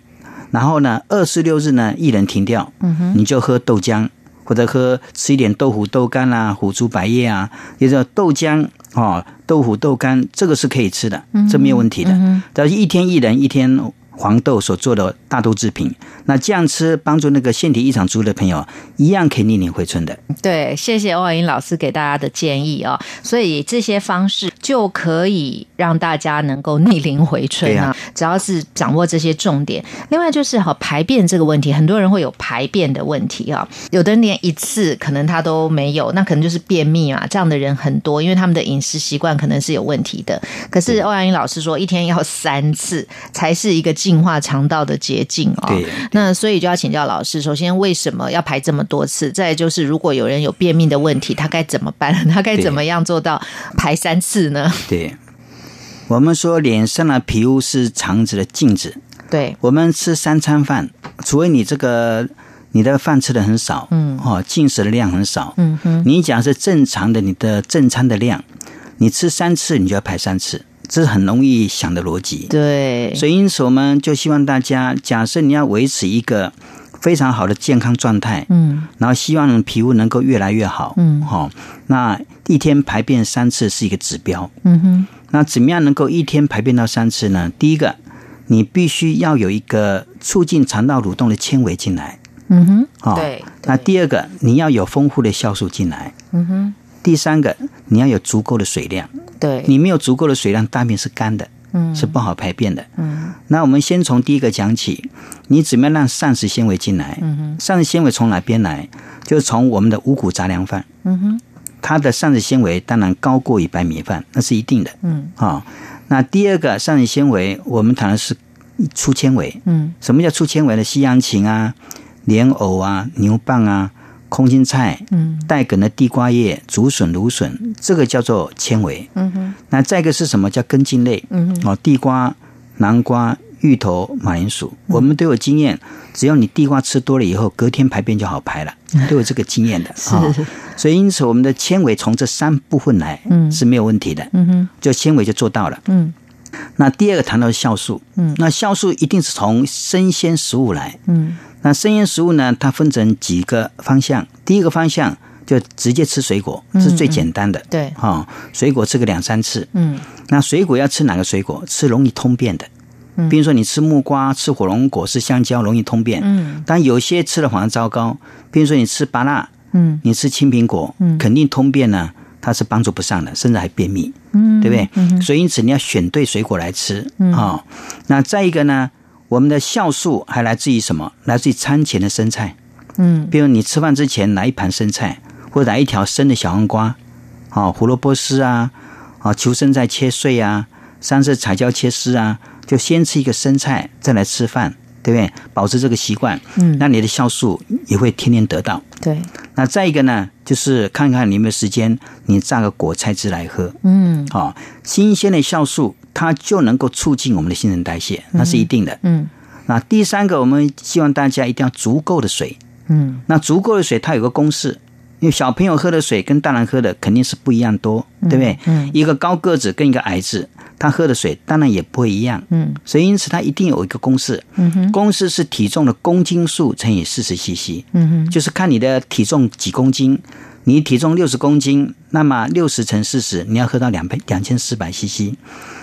Speaker 3: 然后呢，二四六日呢，薏仁停掉，你就喝豆浆。或者喝吃一点豆腐、豆干啦、腐竹、百叶啊，也就是豆浆哦，豆腐、豆干，这个是可以吃的，这没有问题的。但是一天一人一天黄豆所做的大豆制品，那这样吃帮助那个腺体异常族的朋友，一样可以逆龄回春的。
Speaker 2: 对，谢谢欧阳英老师给大家的建议哦。所以这些方式就可以让大家能够逆龄回春
Speaker 3: 对
Speaker 2: 啊，
Speaker 3: 啊
Speaker 2: 只要是掌握这些重点。另外就是哈、排便这个问题，很多人会有排便的问题啊、有的人连一次可能他都没有，那可能就是便秘嘛。这样的人很多，因为他们的饮食习惯可能是有问题的。可是欧阳英老师说，一天要三次才是一个基净化肠道的捷径哦。
Speaker 3: 对
Speaker 2: 那所以就要请教老师，首先为什么要排这么多次？再来就是，如果有人有便秘的问题，他该怎么办？他该怎么样做到排三次呢？
Speaker 3: 对，我们说脸上的皮肤是肠子的镜子，
Speaker 2: 对，
Speaker 3: 我们吃三餐饭，除非你这个你的饭吃的很少，嗯，哦，进食的量很少，嗯哼，你讲是正常的，你的正餐的量，你吃三次，你就要排三次，这是很容易想的逻辑。
Speaker 2: 对，
Speaker 3: 所以，因此我们就希望大家，假设你要维持一个非常好的健康状态，
Speaker 2: 嗯，
Speaker 3: 然后希望你皮肤能够越来越好，嗯，好、那一天排便三次是一个指标，
Speaker 2: 嗯哼，
Speaker 3: 那怎么样能够一天排便到三次呢？第一个，你必须要有一个促进肠道蠕动的纤维进来，
Speaker 2: 嗯哼，
Speaker 3: 哦，
Speaker 2: 对
Speaker 3: 那第二个，你要有丰富的酵素进来，嗯哼。第三个，你要有足够的水量。
Speaker 2: 对，
Speaker 3: 你没有足够的水量，大便是干的，嗯，是不好排便的，嗯。那我们先从第一个讲起，你怎么样让膳食纤维进来？嗯膳食纤维从哪边来？就是从我们的五谷杂粮饭，嗯哼，它的膳食纤维当然高过于白米饭，那是一定的，嗯啊、那第二个膳食纤维，我们谈的是粗纤维，嗯，什么叫粗纤维呢？西洋芹啊，莲藕啊，牛蒡啊。空心菜，嗯，带梗的地瓜叶、竹笋、芦笋，这个叫做纤维。那再一个是什么叫根茎类？嗯，哦，地瓜、南瓜、芋头、马铃薯，我们都有经验。只要你地瓜吃多了以后，隔天排便就好排了，都有这个经验的。啊。所以因此我们的纤维从这三部分来，嗯，是没有问题的。嗯哼，就纤维就做到了。
Speaker 2: 嗯。
Speaker 3: 那第二个谈到的酵素，嗯，那酵素一定是从生鲜食物来，
Speaker 2: 嗯，
Speaker 3: 那生鲜食物呢，它分成几个方向。第一个方向就直接吃水果，是最简单的，
Speaker 2: 对
Speaker 3: 哈、水果吃个两三次，
Speaker 2: 嗯，
Speaker 3: 那水果要吃哪个水果？吃容易通便的，比如说你吃木瓜、吃火龙果、吃香蕉容易通便，嗯，但有些吃了反而糟糕，比如说你吃芭辣，
Speaker 2: 嗯，
Speaker 3: 你吃青苹果，嗯，肯定通便呢，它是帮助不上的，甚至还便秘，嗯，对不对？所以因此你要选对水果来吃啊、哦那再一个呢，我们的酵素还来自于什么？来自于餐前的生菜，比如你吃饭之前来一盘生菜，或者来一条生的小黄瓜，啊、胡萝卜丝啊，啊、球生菜切碎啊，三色彩椒切丝啊，就先吃一个生菜，再来吃饭，对不对？保持这个习惯，嗯，那你的酵素也会天天得到。
Speaker 2: 对，
Speaker 3: 那再一个呢，就是看看你有没有时间，你榨个果菜汁来喝。嗯，好、新鲜的酵素它就能够促进我们的新陈代谢，那是一定的。
Speaker 2: 嗯
Speaker 3: 那第三个，我们希望大家一定要足够的水。
Speaker 2: 嗯，
Speaker 3: 那足够的水它有个公式，因为小朋友喝的水跟大人喝的肯定是不一样多，对不对？嗯，一个高个子跟一个矮子，他喝的水当然也不会一样。嗯，所以因此它一定有一个公式。嗯哼，公式是体重的公斤数乘以四十 CC。嗯哼，就是看你的体重几公斤。你体重六十公斤，那么六十乘四十，你要喝到两百两千四百 CC。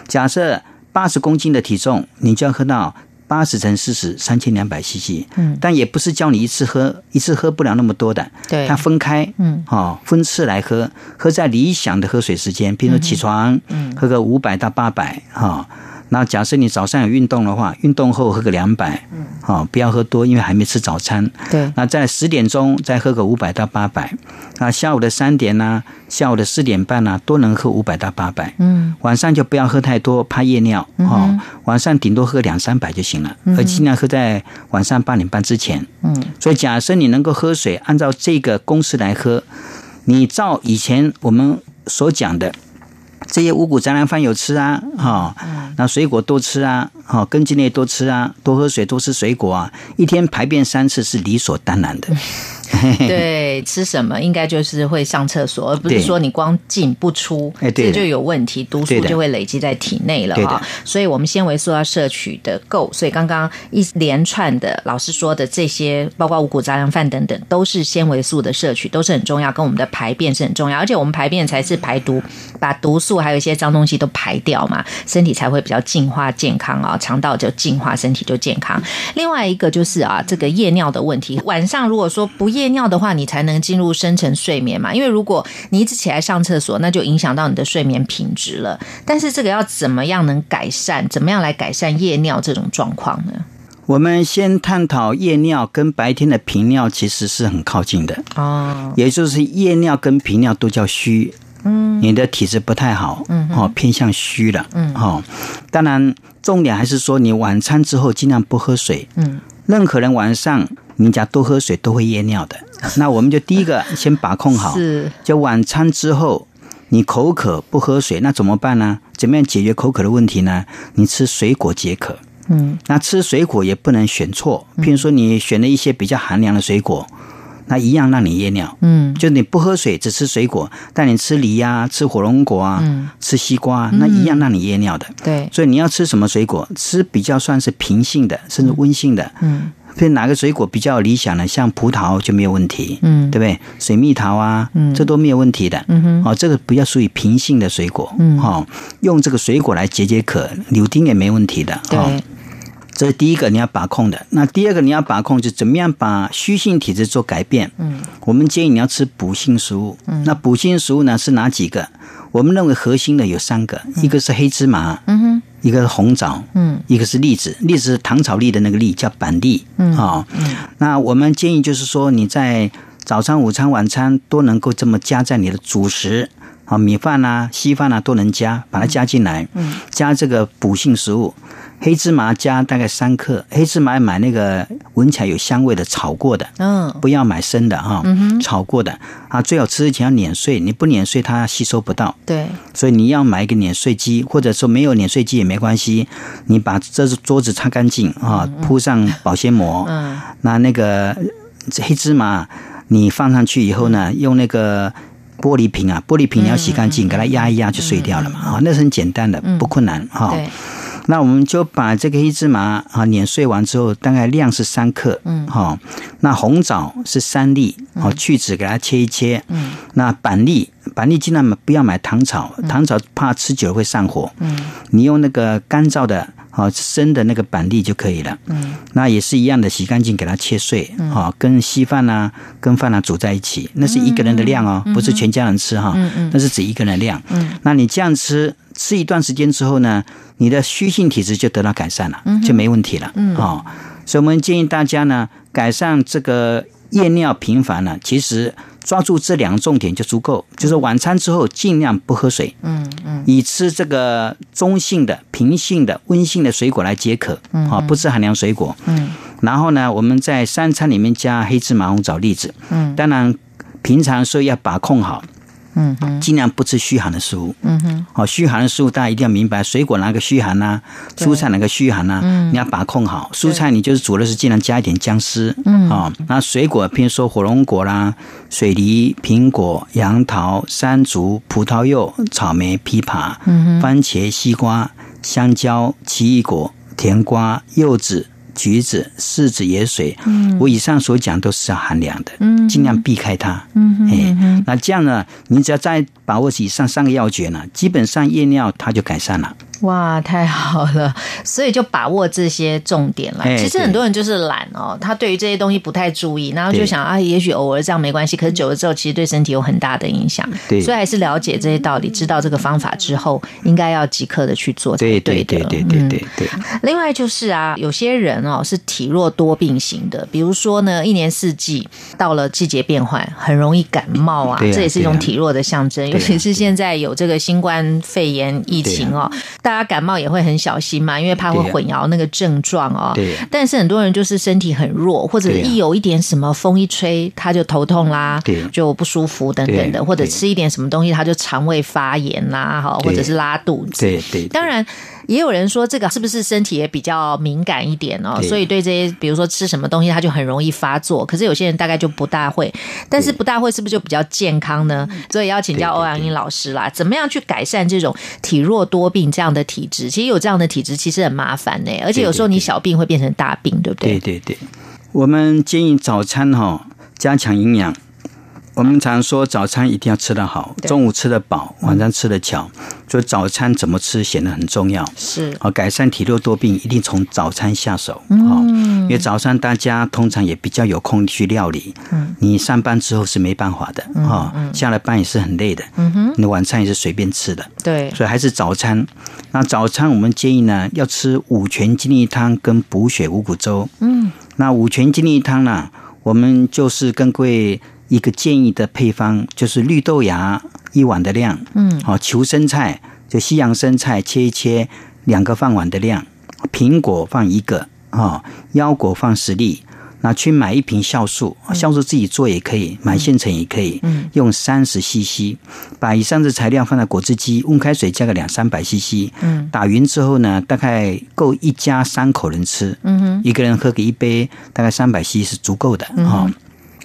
Speaker 3: 假设八十公斤的体重，你就要喝到八十乘四十三千两百 CC。嗯，但也不是叫你一次喝，一次喝不了那么多的。
Speaker 2: 对
Speaker 3: 它分开，嗯，哦，分次来喝，喝在理想的喝水时间，比如说起床，嗯，喝个五百到八百，哈。那假设你早上有运动的话，运动后喝个两百，嗯，哦，不要喝多，因为还没吃早餐。
Speaker 2: 对
Speaker 3: 那在十点钟再喝个五百到八百，啊，下午的三点呐、下午的四点半呐、啊都能喝五百到八百。嗯，晚上就不要喝太多，怕夜尿哦。晚上顶多喝两三百就行了，而尽量喝在晚上八点半之前。嗯，所以假设你能够喝水，按照这个公式来喝，你照以前我们所讲的。这些五谷杂粮饭有吃啊，哈、那水果多吃啊，哈、根茎类多吃啊，多喝水，多吃水果啊，一天排便三次是理所当然的。
Speaker 2: 对，吃什么应该就是会上厕所，而不是
Speaker 3: 对
Speaker 2: 说你光进不出，
Speaker 3: 哎对
Speaker 2: 这
Speaker 3: 的
Speaker 2: 就有问题，毒素
Speaker 3: 对的
Speaker 2: 就会累积在体内了
Speaker 3: 对的
Speaker 2: 哈。所以我们纤维素要摄取的够，所以刚刚一连串的老师说的这些，包括五谷杂粮饭等等，都是纤维素的摄取，都是很重要，跟我们的排便是很重要，而且我们排便才是排毒，把毒素还有一些脏东西都排掉嘛，身体才会比较净化健康啊、肠道就净化，身体就健康。另外一个就是啊，这个夜尿的问题。晚上如果说不夜尿的话，你才能进入深层睡眠嘛。因为如果你一直起来上厕所，那就影响到你的睡眠品质了。但是这个要怎么样能改善？怎么样来改善夜尿这种状况呢？
Speaker 3: 我们先探讨夜尿跟白天的频尿其实是很靠近的，
Speaker 2: 哦，
Speaker 3: 也就是夜尿跟频尿都叫虚，嗯，你的体质不太好，嗯，哦，偏向虚了，嗯，哦，当然重点还是说你晚餐之后尽量不喝水，
Speaker 2: 嗯，
Speaker 3: 任何人晚上你讲多喝水都会夜尿的，那我们就第一个先把控 好，
Speaker 2: 是
Speaker 3: 就晚餐之后。你口渴不喝水，那怎么办呢？怎么样解决口渴的问题呢？你吃水果解渴。
Speaker 2: 嗯
Speaker 3: 那吃水果也不能选错，譬如说你选了一些比较寒凉的水果，那一样让你夜尿。
Speaker 2: 嗯
Speaker 3: 就你不喝水，只吃水果，但你吃梨呀、吃火龙果啊、
Speaker 2: 嗯
Speaker 3: 吃西瓜啊，那一样让你夜尿的。
Speaker 2: 对
Speaker 3: 所以你要吃什么水果？吃比较算是平性的，甚至温性的。
Speaker 2: 嗯
Speaker 3: 所以哪个水果比较理想呢？像葡萄就没有问题，
Speaker 2: 嗯
Speaker 3: 对不对？水蜜桃啊，
Speaker 2: 嗯
Speaker 3: 这都没有问题的。嗯哼，哦，这个比较属于平性的水果。
Speaker 2: 嗯
Speaker 3: 哦，用这个水果来解解渴，柳丁也没问题的。
Speaker 2: 对
Speaker 3: 哦这是第一个你要把控的。那第二个你要把控，就怎么样把虚性体质做改变。嗯，我们建议你要吃补性食物。嗯，那补性食物呢是哪几个？我们认为核心的有三个，一个是黑芝麻，嗯哼，一个是红枣，
Speaker 2: 嗯，
Speaker 3: 一个是栗子，栗子是糖炒栗的那个栗叫板栗，嗯啊、那我们建议就是说你在早餐、午餐、晚餐都能够这么加在你的主食。啊，米饭啊、稀饭啊都能加，把它加进来。嗯，加这个补性食物，黑芝麻加大概三克。黑芝麻买那个闻起来有香味的炒过的，
Speaker 2: 嗯
Speaker 3: 不要买生的哈、炒过的啊，最好吃之前要碾碎，你不碾碎它吸收不到。
Speaker 2: 对
Speaker 3: 所以你要买一个碾碎机，或者说没有碾碎机也没关系，你把这桌子擦干净啊，铺上保鲜膜。
Speaker 2: 嗯
Speaker 3: 那那个呃黑芝麻，你放上去以后呢，
Speaker 2: 嗯
Speaker 3: 用那个玻璃瓶啊，玻璃瓶你要洗干净，给它压一压就碎掉了
Speaker 2: 嗯
Speaker 3: 嘛。啊，那是很简单的，不困难啊哈。
Speaker 2: 对
Speaker 3: 那我们就把这个黑芝麻啊碾碎完之后，大概量是三克，嗯，好、那红枣是三粒，好、去籽给它切一切，嗯，那板栗，板栗尽量不要买糖炒，糖炒怕吃久了会上火，嗯，你用那个干燥的。好生的那个板栗就可以了。嗯，那也是一样的，洗干净给它切碎，好、跟稀饭啊、跟饭啊煮在一起，那是一个人的量哦，不是全家人吃哈、那是指一个人的量。嗯，那你这样吃，吃一段时间之后呢，你的虚性体质就得到改善了，就没问题了。嗯，哦，所以我们建议大家呢，改善这个夜尿频繁呢，其实抓住这两个重点就足够，就是晚餐之后尽量不喝水，
Speaker 2: 嗯嗯
Speaker 3: 以吃这个中性的、平性的、温性的水果来解渴，啊，不吃寒凉水果。
Speaker 2: 嗯，
Speaker 3: 然后呢，我们在三餐里面加黑芝麻、红枣、栗子。
Speaker 2: 嗯，
Speaker 3: 当然平常说要把控好，
Speaker 2: 嗯嗯
Speaker 3: 尽量不吃虚寒的食物。
Speaker 2: 嗯哼
Speaker 3: 哦，虚寒的食物大家一定要明白，水果哪个虚寒呐、
Speaker 2: 对嗯
Speaker 3: 蔬菜哪个虚寒呐、啊你要把控好。蔬菜你就是煮的时候尽量加一点姜丝，嗯，哦，那水果，譬如说火龙果啦、水梨、苹果、杨桃、山竹、葡萄柚、草莓、枇杷、嗯、番茄、西瓜、香蕉、奇异果、甜瓜、柚子。橘子、柿子、野水，嗯、我以上所讲都是寒凉的，嗯、尽量避开它。嗯哎，那这样呢，你只要再把握以上三个要诀呢，基本上夜尿它就改善了。
Speaker 2: 哇，太好了！ 所以就把握这些重点了。
Speaker 3: 哎
Speaker 2: 其实
Speaker 3: 对
Speaker 2: 很多人就是懒哦，他对于这些东西不太注意，然后就
Speaker 3: 对嗯
Speaker 2: 想啊，也许偶尔这样没关系，可是久了之后，其实对身体有很大的影响。
Speaker 3: 对
Speaker 2: 所以还是了解这些道理，知道这个方法之后，应该要即刻的去做才
Speaker 3: 对
Speaker 2: 的。
Speaker 3: 对对对
Speaker 2: 嗯
Speaker 3: 对对，
Speaker 2: 另外就是啊，有些人哦是体弱多病型的，比如说呢，一年四季到了季节变换，很容易感冒啊，
Speaker 3: 对啊
Speaker 2: 这也是一种
Speaker 3: 对啊
Speaker 2: 体弱的象征。尤
Speaker 3: 对啊啊
Speaker 2: 其是现在有这个新冠肺炎疫情哦，大家感冒也会很小心嘛，因为怕会
Speaker 3: 对啊
Speaker 2: 混淆那个症状哦。
Speaker 3: 对啊
Speaker 2: 但是很多人就是身体很弱，或者
Speaker 3: 对啊
Speaker 2: 一有一点什么风一吹，他就头痛啦
Speaker 3: 对啊，
Speaker 2: 就不舒服等等
Speaker 3: 对
Speaker 2: 的，
Speaker 3: 啊
Speaker 2: 或者
Speaker 3: 对啊
Speaker 2: 吃一点什么东西他就肠胃发炎啦，哈，
Speaker 3: 对
Speaker 2: 或
Speaker 3: 啊
Speaker 2: 者是拉肚子。
Speaker 3: 对对，
Speaker 2: 当然，也有人说这个是不是身体也比较敏感一点哦，
Speaker 3: 对
Speaker 2: 所以对这些，比如说吃什么东西，它就很容易发作。可是有些人大概就不大会，但是不大会是不是就比较健康呢？所以要请教
Speaker 3: 嗯对对
Speaker 2: 欧阳英老师啦，怎么样去改善这种体弱多病这样的体质？其实有这样的体质其实很麻烦呢、而且有时候你小病会变成大病，对不对？
Speaker 3: 对对对，我们建议早餐哈、加强营养。我们常说早餐一定要吃得好，
Speaker 2: 对
Speaker 3: 中午吃得饱，晚上吃得巧，所以早餐怎么吃显得很重要。
Speaker 2: 是，
Speaker 3: 哦，改善体弱多病一定从早餐下手哦，因为早上大家通常也比较有空去料理。嗯，你上班之后是没办法的哦，下了班也是很累的。嗯哼，你晚餐也是随便吃的，
Speaker 2: 对，
Speaker 3: 所以还是早餐。那早餐我们建议呢，要吃五全精力汤跟补血五谷粥。嗯，那五全精力汤呢，我们就是跟各位一个建议的配方，就是绿豆芽、一碗的量，嗯，好、球生菜就西洋生菜切一切，两个饭碗的量，苹果放一个，哦，腰果放十粒。那去买一瓶酵素，酵素自己做也可以，买现成也可以。嗯，用三十 CC，把以上的材料放在果汁机，温开水加个两三百 CC。嗯，打匀之后呢，大概够一家三口人吃。嗯哼，一个人喝个一杯，大概三百 CC 是足够的。嗯、哦，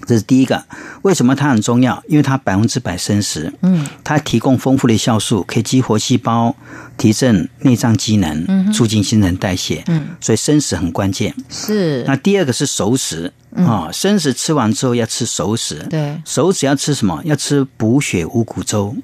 Speaker 3: 这是第一个。为什么它很重要？因为它百分之百生食。嗯，它提供丰富的酵素，可以激活细胞，提振内脏机能，促进新陈代谢。嗯，所以生食很关键。
Speaker 2: 是
Speaker 3: 那第二个是熟食啊、生食吃完之后要吃熟食。
Speaker 2: 嗯对
Speaker 3: 熟食要吃什么？要吃补血五谷粥。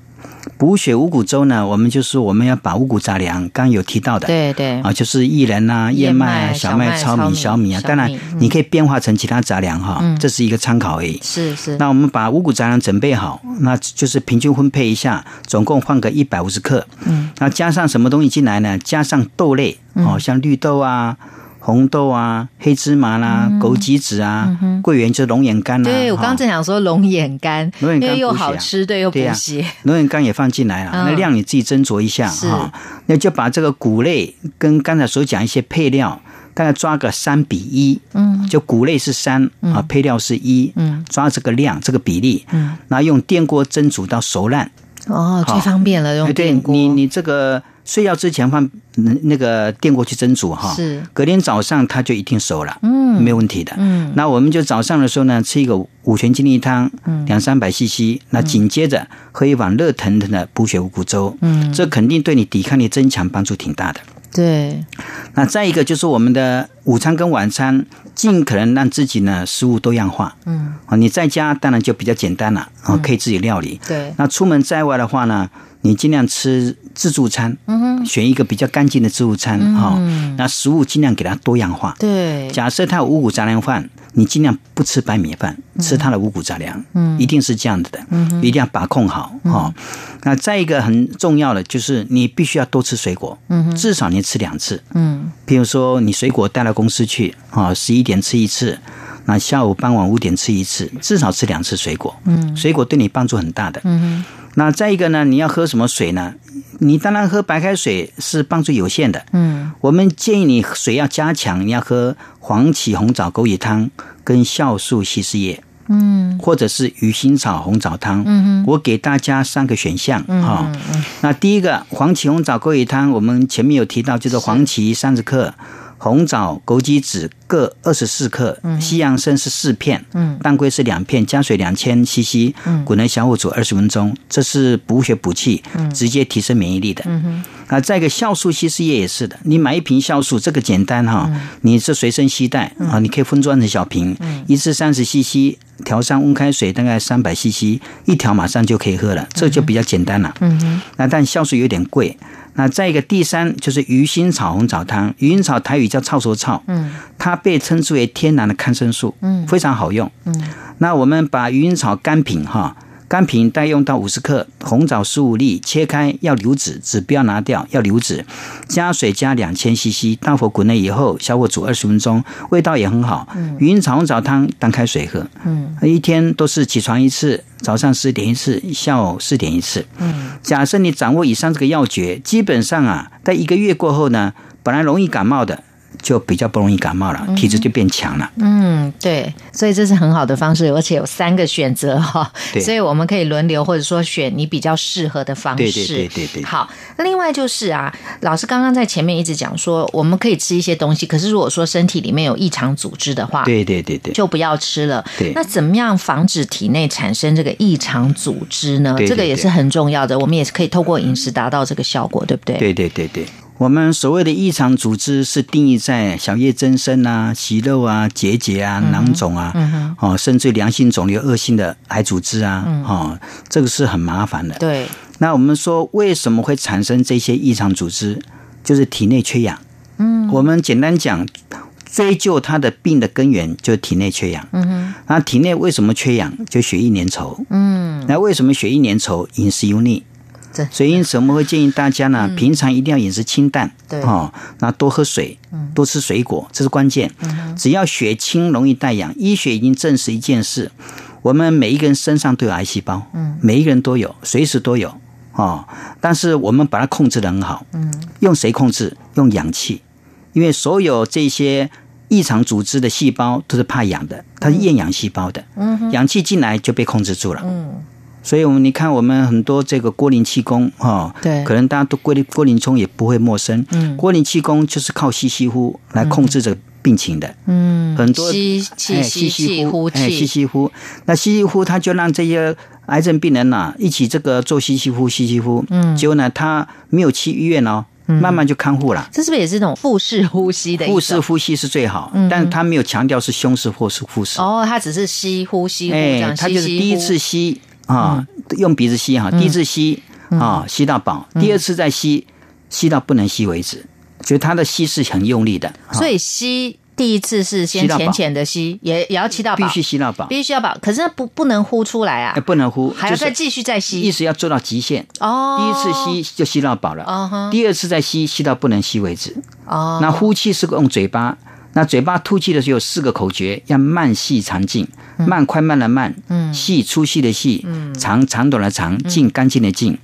Speaker 3: 补血五谷粥呢，我们就是我们要把五谷杂粮，刚刚有提到的，
Speaker 2: 对对
Speaker 3: 啊，就是薏仁啊、
Speaker 2: 燕
Speaker 3: 燕麦
Speaker 2: 麦
Speaker 3: 啊、
Speaker 2: 小
Speaker 3: 小
Speaker 2: 麦
Speaker 3: 麦、糙
Speaker 2: 糙米
Speaker 3: 米、小米啊，
Speaker 2: 小
Speaker 3: 当然
Speaker 2: 米嗯
Speaker 3: 你可以变化成其他杂粮哈，这是一个参考而已。
Speaker 2: 是是，
Speaker 3: 那我们把五谷杂粮准备好，那就是平均分配一下，总共换个一百五十克。嗯，那加上什么东西进来呢？加上豆类，
Speaker 2: 嗯
Speaker 3: 哦，像绿豆啊。红豆啊，黑芝麻啦、枸杞子啊，桂圆就是龙眼干啦、
Speaker 2: 嗯
Speaker 3: 啊。
Speaker 2: 对我刚
Speaker 3: 哈
Speaker 2: 刚正想说龙眼干，
Speaker 3: 龙眼干
Speaker 2: 因为又
Speaker 3: 补血啊
Speaker 2: 好吃，对，又补
Speaker 3: 对呀
Speaker 2: 血，
Speaker 3: 龙眼干也放进来了，
Speaker 2: 嗯
Speaker 3: 那量你自己斟酌一下
Speaker 2: 是
Speaker 3: 哈、那就把这个谷类跟刚才所讲一些配料，大概抓个三比一，嗯，就谷类是三、
Speaker 2: 嗯
Speaker 3: 啊，配料是一，嗯，抓这个量这个比例，嗯，然后用电锅蒸煮到熟烂，
Speaker 2: 哦，最
Speaker 3: 好
Speaker 2: 方便了，用
Speaker 3: 哎对
Speaker 2: 电锅，
Speaker 3: 你你这个睡觉之前放嗯那个电锅去蒸煮哈，
Speaker 2: 是
Speaker 3: 隔天早上它就一定熟了，嗯，没有问题的，嗯，那我们就早上的时候呢，吃一个五全精力汤，嗯，两三百 CC，那紧接着喝一碗热腾腾的补血五谷粥，嗯，这肯定对你抵抗力增强帮助挺大的。
Speaker 2: 对，
Speaker 3: 那再一个就是我们的午餐跟晚餐，尽可能让自己呢食物多样化。嗯，啊，你在家当然就比较简单了，啊，可以自己料理。
Speaker 2: 对
Speaker 3: 那出门在外的话呢，你尽量吃自助餐，嗯，选一个比较干净的自助餐哈、那食物尽量给它多样化。
Speaker 2: 对，
Speaker 3: 假设它有五谷杂粮饭，你尽量不吃白米饭，吃它的五谷杂粮，嗯嗯，一定是这样子的，嗯，一定要把控好哈、那再一个很重要的就是你必须要多吃水果，嗯，至少你吃两次，
Speaker 2: 嗯，
Speaker 3: 譬如说你水果带到公司去啊，十一点吃一次，那下午傍晚五点吃一次，至少吃两次水果。嗯，水果对你帮助很大的。嗯那再一个呢，你要喝什么水呢？你当然喝白开水是帮助有限的。嗯，我们建议你水要加强，你要喝黄芪红枣枸杞汤跟酵素稀释液。嗯，或者是鱼腥草红枣汤，嗯我给大家三个选项哈、那第一个黄芪红枣枸杞汤，我们前面有提到，就是黄芪三十克，红枣、枸杞子各二十四克，西洋参是四片，嗯，当归是两片，加水两千 CC，滚成小火煮二十分钟，这是补血补气，直接提升免疫力的。嗯啊，再一个酵素稀释液也是的，你买一瓶酵素，这个简单哈、你是随身携带啊，你可以分装成小瓶，一次三十 CC，调上温开水大概三百 CC，一条马上就可以喝了，这就比较简单了。嗯哼，那但酵素有点贵。那再一个第三就是鱼腥草红枣汤，鱼腥草台语叫臭手草，嗯，它被称之为天然的抗生素，嗯，非常好用，嗯。那我们把鱼腥草干品哈，干品待用到五十克，红枣十五粒，切开要留籽，籽不要拿掉，要留籽。加水加两千 CC，大火滚了以后，小火煮二十分钟，味道也很好。鱼腥草红枣汤当开水喝，嗯，一天都是起床一次，早上十点一次，下午四点一次。嗯，假设你掌握以上这个要诀，基本上啊，在一个月过后呢，本来容易感冒的。就比较不容易感冒了，体质就变强了。
Speaker 2: 嗯，对，所以这是很好的方式，而且有三个选择哈、
Speaker 3: 对
Speaker 2: 所以我们可以轮流，或者说选你比较适合的方式。
Speaker 3: 对对对对对
Speaker 2: 好，那另外就是啊，老师刚刚在前面一直讲说，我们可以吃一些东西，可是如果说身体里面有异常组织的话，
Speaker 3: 对对对对，
Speaker 2: 就不要吃了。
Speaker 3: 对
Speaker 2: 那怎么样防止体内产生这个异常组织呢？
Speaker 3: 对对
Speaker 2: 这个也
Speaker 3: 对
Speaker 2: 是很重要的，我们也是可以透过饮食达到这个效果，对不对？
Speaker 3: 对对对对，我们所谓的异常组织是定义在小叶增生啊、息肉啊、结节啊、囊肿啊，哦，甚至良性肿瘤、恶性的癌组织啊，哦，这个是很麻烦的。
Speaker 2: 对
Speaker 3: 那我们说为什么会产生这些异常组织，就是体内缺氧。嗯，我们简单讲，追究它的病的根源就是体内缺氧。嗯哼，那体内为什么缺氧？就血液粘稠。嗯，那为什么血液粘稠？饮食油腻。
Speaker 2: 这
Speaker 3: 所以因此我们会建议大家呢，平常一定要饮食清淡，
Speaker 2: 对
Speaker 3: 哦，那多喝水，多吃嗯水果，这是关键。只要血清容易带氧，医学已经证实一件事：我们每一个人身上都有癌细胞，嗯，每一个人都有，随时都有哦。但是我们把它控制的很好，嗯，用谁控制？用氧气，因为所有这些异常组织的细胞都是怕氧的，它是厌氧细胞的，嗯，氧气进来就被控制住了，嗯。所以，我们你看，我们很多这个郭林气功，哈、哦，
Speaker 2: 对
Speaker 3: 可能大家都郭林郭林冲也不会陌生，嗯，郭林气功就是靠吸吸呼来控制这个病情的，嗯，很多
Speaker 2: 吸气
Speaker 3: 哎
Speaker 2: 吸
Speaker 3: 吸
Speaker 2: 气呼
Speaker 3: 哎，
Speaker 2: 气
Speaker 3: 吸吸呼，那吸吸呼，他就让这些癌症病人呐、一起这个做吸吸呼，吸吸呼，嗯，结果呢，他没有去医院哦，
Speaker 2: 嗯
Speaker 3: 慢慢就康复了。
Speaker 2: 这是不是也是那种腹式呼吸的一种？
Speaker 3: 腹式呼吸是最好，
Speaker 2: 嗯
Speaker 3: 但是他没有强调是胸式或是腹式，
Speaker 2: 哦，他只是吸呼吸呼这
Speaker 3: 哎
Speaker 2: 样，
Speaker 3: 他
Speaker 2: 吸
Speaker 3: 就是
Speaker 2: 吸
Speaker 3: 第一
Speaker 2: 呼嗯
Speaker 3: 次吸啊，用鼻子吸哈，第一次吸啊，吸到饱，
Speaker 2: 嗯
Speaker 3: 第二次再吸，吸到不能吸为止，所以他的吸是很用力的，啊
Speaker 2: 所以吸第一次是先
Speaker 3: 吸到饱
Speaker 2: 浅浅的吸，也也要吸到饱，
Speaker 3: 必须吸到饱，
Speaker 2: 必须要饱，可是那不不能呼出来啊
Speaker 3: 哎，，不能呼，
Speaker 2: 还要
Speaker 3: 就是
Speaker 2: 再继续再
Speaker 3: 意
Speaker 2: 吸
Speaker 3: 思要做到极限。第一
Speaker 2: 哦。
Speaker 3: 次吸就吸到饱了
Speaker 2: 嗯哼
Speaker 3: 第二次再吸吸到不能吸为止。
Speaker 2: 哦，
Speaker 3: 那呼气是用嘴巴，那嘴巴吐气的时候有四个口诀，要慢细长静，
Speaker 2: 嗯
Speaker 3: 慢快慢的慢，细粗细的细，长长短的
Speaker 2: 嗯
Speaker 3: 长，静干净的静，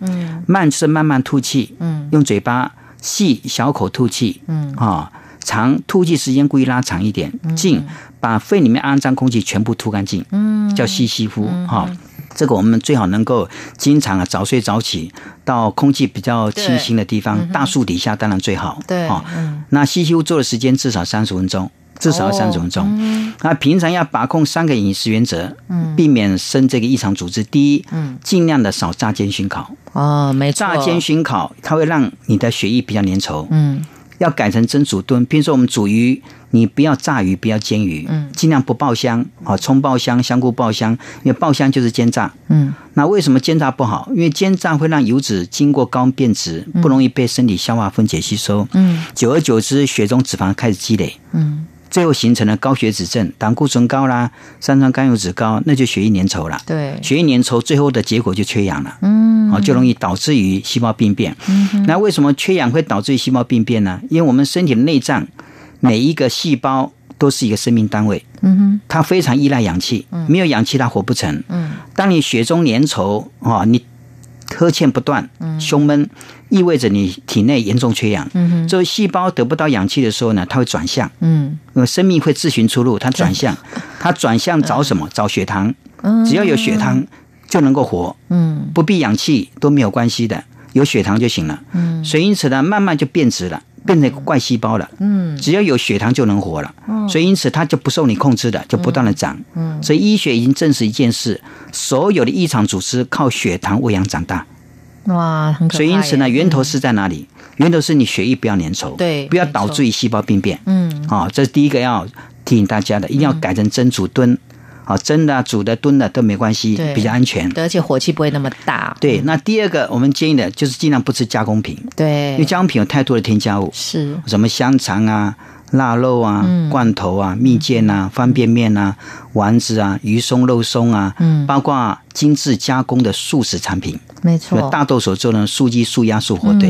Speaker 3: 慢就是慢慢吐气，
Speaker 2: 嗯
Speaker 3: 用嘴巴细小口吐气，啊，长吐气时间故意拉长一点，
Speaker 2: 嗯
Speaker 3: 静把肺里面肮脏空气全部吐干净，
Speaker 2: 嗯
Speaker 3: 叫吸吸呼哈。这个我们最好能够经常啊早睡早起，到空气比较清新的地方，大树底下当然最好。
Speaker 2: 嗯对
Speaker 3: 啊、那吸修做的时间至少三十分钟，至少三十分钟。那平常要把控三个饮食原则，避免生这个异常组织。第一，尽量的少炸煎熏烤，
Speaker 2: 哦，没错，
Speaker 3: 炸煎熏烤它会让你的血液比较粘稠。
Speaker 2: 嗯，
Speaker 3: 要改成蒸煮炖，比如说我们煮鱼，你不要炸鱼，不要煎鱼，嗯，尽量不爆香，啊，葱爆香，香菇爆香，因为爆香就是煎炸，
Speaker 2: 嗯，
Speaker 3: 那为什么煎炸不好？因为煎炸会让油脂经过高温变质，
Speaker 2: 嗯
Speaker 3: 不容易被身体消化分解吸收，嗯，久而久之，血中脂肪开始积累，嗯。最后形成了高血脂症，胆固醇高啦，三酸甘油脂高，那就血液粘稠了。
Speaker 2: 对
Speaker 3: 血液粘稠，最后的结果就缺氧了，嗯，哦，就容易导致于细胞病变。嗯、那为什么缺氧会导致于细胞病变呢？因为我们身体的内脏每一个细胞都是一个生命单位，嗯哼，它非常依赖氧气，没有氧气它活不成。嗯，当你血中粘稠哦，你呵欠不断，胸闷，意味着你体内严重缺氧。嗯这个细胞得不到氧气的时候呢，它会转向，
Speaker 2: 嗯，
Speaker 3: 呃，生命会自寻出路，它转向，它转向找什
Speaker 2: 嗯
Speaker 3: 么？找血糖，只要有血糖就能够活，嗯，不必氧气都没有关系的，有血糖就行了，嗯，所以因此呢，慢慢就变质了。变成一个怪细胞了，嗯，只要有血糖就能活了，
Speaker 2: 哦
Speaker 3: 嗯，所以因此它就不受你控制的，就不断的长，嗯，所以医学已经证实一件事：所有的异常组织靠血糖喂养长大，
Speaker 2: 哇，很可怕
Speaker 3: 所以因此呢，
Speaker 2: 耶嗯
Speaker 3: 源头是在哪里？源头是你血液不要粘稠，
Speaker 2: 对
Speaker 3: 不要
Speaker 2: 没
Speaker 3: 导
Speaker 2: 错
Speaker 3: 致于细胞病变。
Speaker 2: 嗯，
Speaker 3: 啊、这是第一个要提醒大家的，一定要改成蒸、煮、炖，啊、蒸的、煮的、炖的都没关系
Speaker 2: 对，
Speaker 3: 比较安全。
Speaker 2: 而且火气不会那么大，
Speaker 3: 对，那第二个我们建议的就是尽量不吃加工品，因为
Speaker 2: 对，
Speaker 3: 加工品有太多的添加物，
Speaker 2: 是
Speaker 3: 什么香肠啊、腊肉啊、
Speaker 2: 嗯
Speaker 3: 罐头啊、蜜饯啊、方便面啊、丸子啊、鱼松、肉松啊，嗯，包括精致加工的素食产品，
Speaker 2: 没
Speaker 3: 那么
Speaker 2: 错，嗯
Speaker 3: 大豆所做的素鸡、素鸭、素火腿，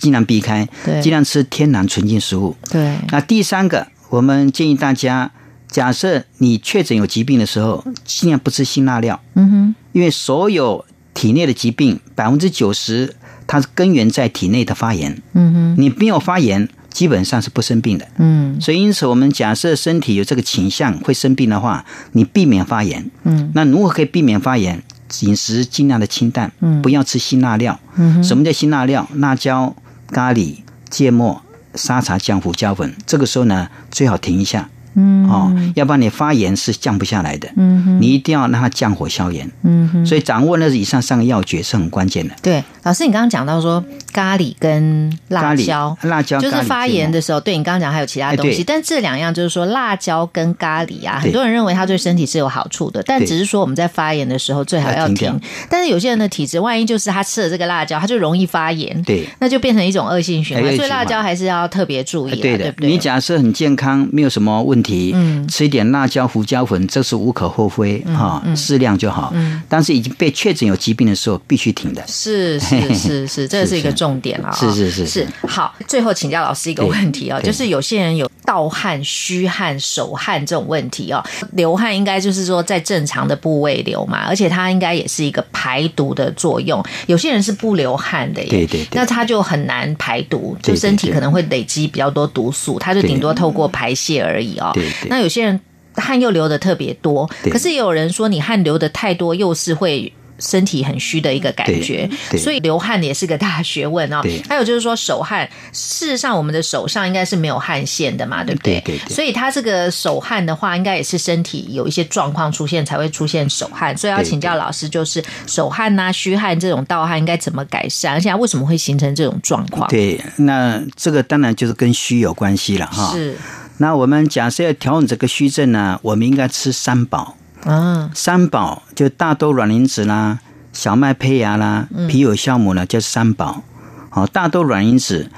Speaker 3: 尽量避开
Speaker 2: 对，
Speaker 3: 尽量吃天然纯净食物。
Speaker 2: 对，
Speaker 3: 那第三个，我们建议大家，假设你确诊有疾病的时候，尽量不吃辛辣料。嗯哼，因为所有体内的疾病，百分之九十它是根源在体内的发炎。嗯哼，你没有发炎，基本上是不生病的。
Speaker 2: 嗯，
Speaker 3: 所以因此，我们假设身体有这个倾向会生病的话，你避免发炎。嗯，那如何可以避免发炎？饮食尽量的清淡，嗯，不要吃辛辣料。嗯，什么叫辛辣料？辣椒、咖喱、芥末、沙茶酱、胡椒粉。这个时候呢，最好停一下。嗯，哦，要不然你发炎是降不下来的。嗯，你一定要让它降火消炎。嗯，所以掌握那以上三个要诀是很关键的。
Speaker 2: 对，老师，你刚刚讲到说咖喱跟辣
Speaker 3: 咖喱
Speaker 2: 椒，
Speaker 3: 辣椒
Speaker 2: 就是
Speaker 3: 咖喱
Speaker 2: 发
Speaker 3: 芥末
Speaker 2: 炎的时候，对你刚刚讲还有其他
Speaker 3: 哎
Speaker 2: 东西，
Speaker 3: 对
Speaker 2: 但这两样就是说辣椒跟咖喱啊，
Speaker 3: 对
Speaker 2: 很多人认为它对身体是有好处的，但
Speaker 3: 对
Speaker 2: 只是说我们在发炎的时候最好要
Speaker 3: 要停
Speaker 2: 停
Speaker 3: 掉。
Speaker 2: 但是有些人的体质，万一就是他吃了这个辣椒，他就容易发炎，
Speaker 3: 对
Speaker 2: 那就变成一种恶性循
Speaker 3: 哎恶
Speaker 2: 环，
Speaker 3: 性
Speaker 2: 所以辣
Speaker 3: 循环
Speaker 2: 椒还是要特别注意
Speaker 3: 哎
Speaker 2: 啊，
Speaker 3: 对的，
Speaker 2: 不对？
Speaker 3: 你假设很健康，没有什么问题，嗯，吃一点辣椒、胡椒粉，这是无可厚非
Speaker 2: 嗯
Speaker 3: 哈，适量就好。嗯，但是已经被确诊有疾病的时候，必须停的。
Speaker 2: 是 是是是，这是一个重点啊、
Speaker 3: 是是是
Speaker 2: 是。好，最后请教老师一个
Speaker 3: 对
Speaker 2: 问题啊、
Speaker 3: 对
Speaker 2: 就是有些人有盗汗、虚汗、手汗这种问题哦。流汗应该就是说在正常的部位流嘛，而且它应该也是一个排毒的作用。有些人是不流汗的耶，
Speaker 3: 对对对
Speaker 2: 那他就很难排毒，就
Speaker 3: 对对
Speaker 2: 身体
Speaker 3: 对
Speaker 2: 可能会累积比较多毒素，他就顶
Speaker 3: 对
Speaker 2: 多透过排泄而已哦。
Speaker 3: 对对
Speaker 2: 那有些人汗又流的特别多，
Speaker 3: 对
Speaker 2: 可是也有人说你汗流的太多，又是会。身体很虚的一个感觉，
Speaker 3: 对对
Speaker 2: 所以流汗也是个大学问哦
Speaker 3: 对。
Speaker 2: 还有就是说手汗，事实上我们的手上应该是没有汗腺的嘛，对不
Speaker 3: 对对对
Speaker 2: 所以它这个手汗的话，应该也是身体有一些状况出现才会出现手汗，所以要
Speaker 3: 对对
Speaker 2: 请教老师，就是手汗呐、虚汗这种盗汗应该怎么改善，而且它为什么会形成这种状况？
Speaker 3: 对，那这个当然就是跟虚有关系了哈。
Speaker 2: 是，
Speaker 3: 那我们假设要调整这个虚症呢，我们应该吃三宝。
Speaker 2: 嗯，
Speaker 3: 三宝就大豆卵磷脂啦、小麦胚芽啦、皮有酵母呢，叫三宝。好、大豆卵磷脂，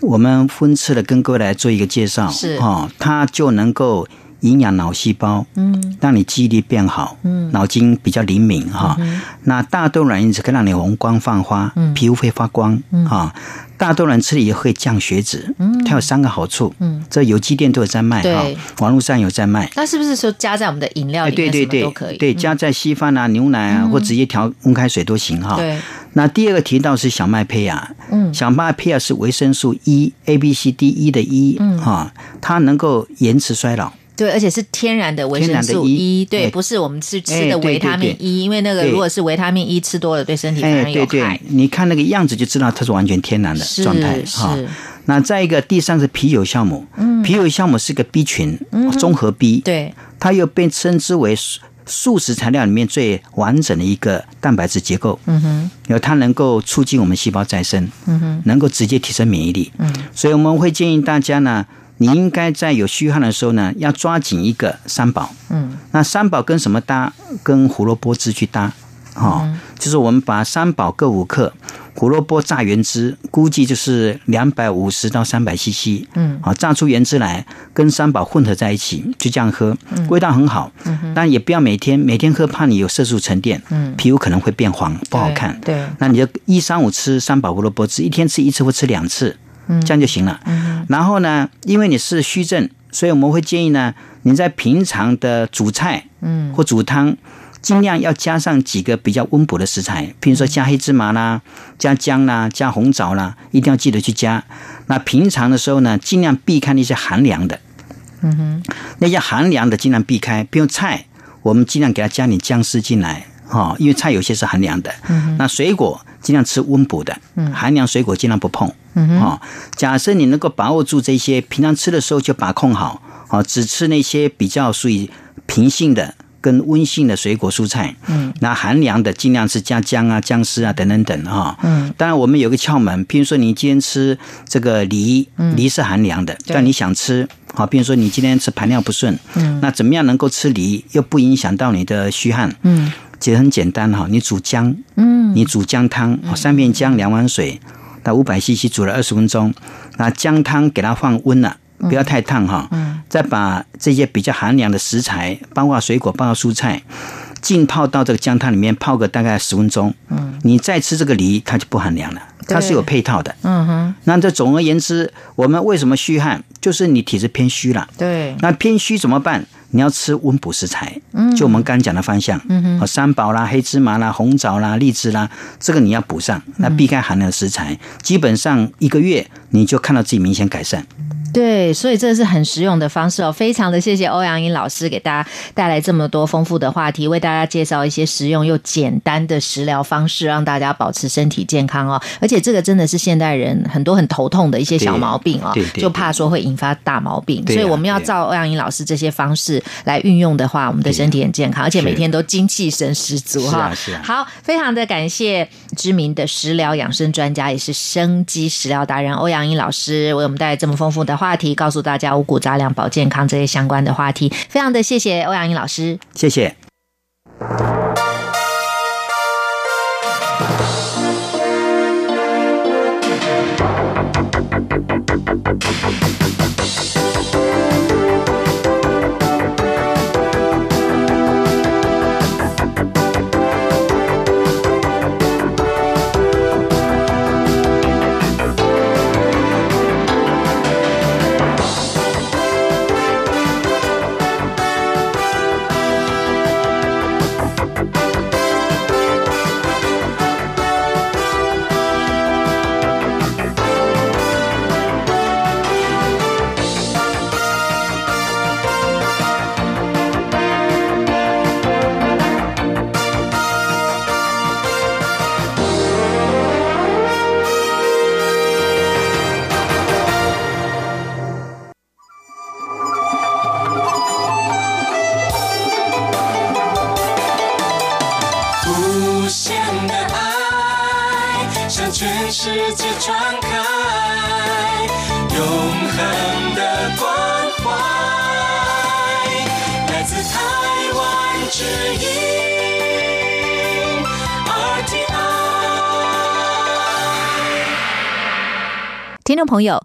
Speaker 3: 我们分次的跟各位来做一个介绍。
Speaker 2: 是
Speaker 3: 哦，它就能够营养脑细胞，嗯，让你记忆力变好，嗯，脑筋比较灵敏哈、那大豆卵磷脂可以让你红光泛花，嗯、皮肤会发光，嗯啊、大豆卵吃了也会降血脂，嗯，它有三个好处，嗯，这有机店都有在卖
Speaker 2: 对
Speaker 3: 哈，网络上有在卖。
Speaker 2: 那是不是说加在我们的饮料
Speaker 3: 哎，
Speaker 2: 里
Speaker 3: 对
Speaker 2: 面
Speaker 3: 对
Speaker 2: 什么
Speaker 3: 对
Speaker 2: 都可以？，嗯
Speaker 3: 对，加在稀饭啊、牛奶啊，或直接调温开水都行哈。
Speaker 2: 对。
Speaker 3: 那第二个提到是小麦胚芽，嗯，小麦胚芽是维生素 E A B C D E 的 E，嗯哈，它能够延迟衰老。
Speaker 2: 对，而且是天然的维
Speaker 3: 天
Speaker 2: 生
Speaker 3: 然的
Speaker 2: 素
Speaker 3: E，
Speaker 2: E，对，
Speaker 3: 对
Speaker 2: 不是我们吃吃
Speaker 3: 哎
Speaker 2: 的
Speaker 3: 对
Speaker 2: 维他
Speaker 3: 对
Speaker 2: 命
Speaker 3: 对
Speaker 2: E，因为那个
Speaker 3: 对
Speaker 2: 如果是维他命 E 吃多了，对身体反而
Speaker 3: 哎，
Speaker 2: 有
Speaker 3: 对
Speaker 2: 害
Speaker 3: 对。，你看那个样子就知道它是完全天然的
Speaker 2: 是
Speaker 3: 状态
Speaker 2: 是
Speaker 3: 哈。那再一个，第三个是啤酒酵母，嗯，啤酒酵母是个 B 群，
Speaker 2: 嗯
Speaker 3: 综合 B，，
Speaker 2: 对，
Speaker 3: 它又被称之为素素食材料里面最完整的一个蛋白质结构。嗯哼，因为它能够促进我们细胞再生，嗯哼，能够直接提升免疫力。嗯，所以我们会建议大家呢，你应该在有虚汗的时候呢，要抓紧一个三宝。嗯，那三宝跟什么搭？跟胡萝卜汁去搭。哦，就是我们把三宝各五克，胡萝卜榨原汁，估计就是两百五十到三百 CC，嗯，好、榨出原汁来，跟三宝混合在一起，就这样喝，味道很好，嗯、但也不要每天，每天喝怕你有色素沉淀，嗯，皮肤可能会变黄，不好看，
Speaker 2: 对对
Speaker 3: 那你就一三五吃三宝胡萝卜汁，一天吃一次或吃两次，这样就行了。然后呢，因为你是虚症，所以我们会建议呢，你在平常的煮菜，嗯，或煮汤。尽量要加上几个比较温补的食材，譬如说加黑芝麻啦、加姜啦、加红枣啦，一定要记得去加。那平常的时候呢，尽量避开那些寒凉的，那些寒凉的尽量避开，比如菜，我们尽量给它加点姜丝进来，哈、因为菜有些是寒凉的。那水果尽量吃温补的，寒凉水果尽量不碰。哦，假设你能够把握住这些，平常吃的时候就把控好，哦，只吃那些比较属于平性的。跟温性的水果蔬菜，嗯，那寒凉的尽量是加姜啊、姜丝啊等等等哈、嗯，当然我们有个窍门，譬如说你今天吃这个梨，梨是寒凉的，但你想吃，好，比如说你今天吃排尿不顺，嗯，那怎么样能够吃梨又不影响到你的虚汗？嗯，其实很简单哈，你煮姜，嗯，你煮姜汤，哦三片姜，两碗水，那五百 CC 煮了二十分钟，那姜汤给它放温了。不要太烫哈，再把这些比较寒凉的食材，包括水果、包括蔬菜，浸泡到这个姜汤里面泡个大概十分钟，嗯，你再吃这个梨，它就不寒凉了，它是有配套的，嗯哼。那这总而言之，我们为什么虚汗，就是你体质偏虚了，
Speaker 2: 对，
Speaker 3: 那偏虚怎么办？你要吃温补食材，就我们刚讲的方向，嗯哦，三宝啦、黑芝麻啦、红枣啦、荔枝啦，这个你要补上，那避开寒凉的食材，基本上一个月你就看到自己明显改善。
Speaker 2: 对，所以这是很实用的方式哦，非常的谢谢欧阳英老师给大家带来这么多丰富的话题，为大家介绍一些实用又简单的食疗方式，让大家保持身体健康哦。而且这个真的是现代人很多很头痛的一些小毛病哦
Speaker 3: 对对，对
Speaker 2: 就怕说会引发大毛病，
Speaker 3: 对
Speaker 2: 所
Speaker 3: 啊
Speaker 2: 以我们要
Speaker 3: 对啊啊
Speaker 2: 照欧阳英老师这些方式来运用的话，我们的身体很健康，而且每天都精气神十足哈、
Speaker 3: 是啊是啊
Speaker 2: 好，非常的感谢知名的食疗养生专家，也是生机食疗达人欧阳英老师，为我们带来这么丰富的话题，告诉大家五谷杂粮保健康这些相关的话题。非常的谢谢欧阳英老师。
Speaker 3: 谢谢。
Speaker 4: Thank
Speaker 5: 全世界传开，永恒的关怀，来自台湾之音 RTI。
Speaker 2: 听众朋友，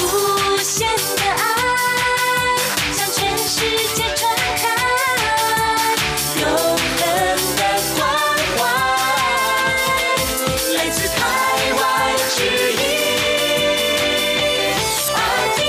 Speaker 4: 无限的爱向全世界传开，永恒的关怀来自台湾之音 RTI。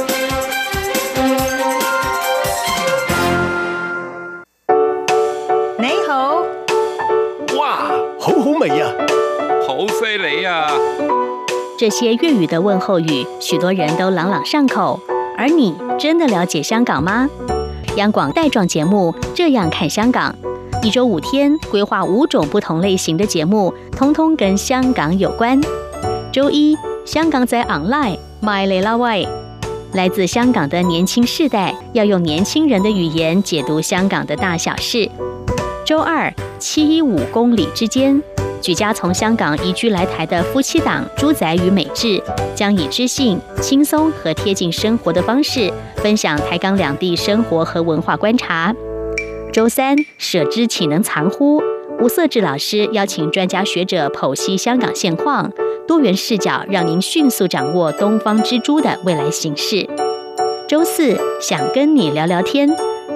Speaker 6: 你好，
Speaker 7: 哇，好好味啊！
Speaker 8: 好犀利啊！
Speaker 9: 这些粤语的问候语，许多人都朗朗上口。而你真的了解香港吗？央广带状节目《这样看香港》，一周五天，规划五种不同类型的节目，通通跟香港有关。周一，香港仔 online My l e l a w a y 来自香港的年轻世代要用年轻人的语言解读香港的大小事。周二，七一五公里之间，举家从香港移居来台的夫妻档朱仔与美智，将以知性、轻松和贴近生活的方式，分享台港两地生活和文化观察。周三，舍之岂能藏乎？吴色志老师邀请专家学者剖析香港现况，多元视角让您迅速掌握东方之珠的未来形势。周四想跟你聊聊天，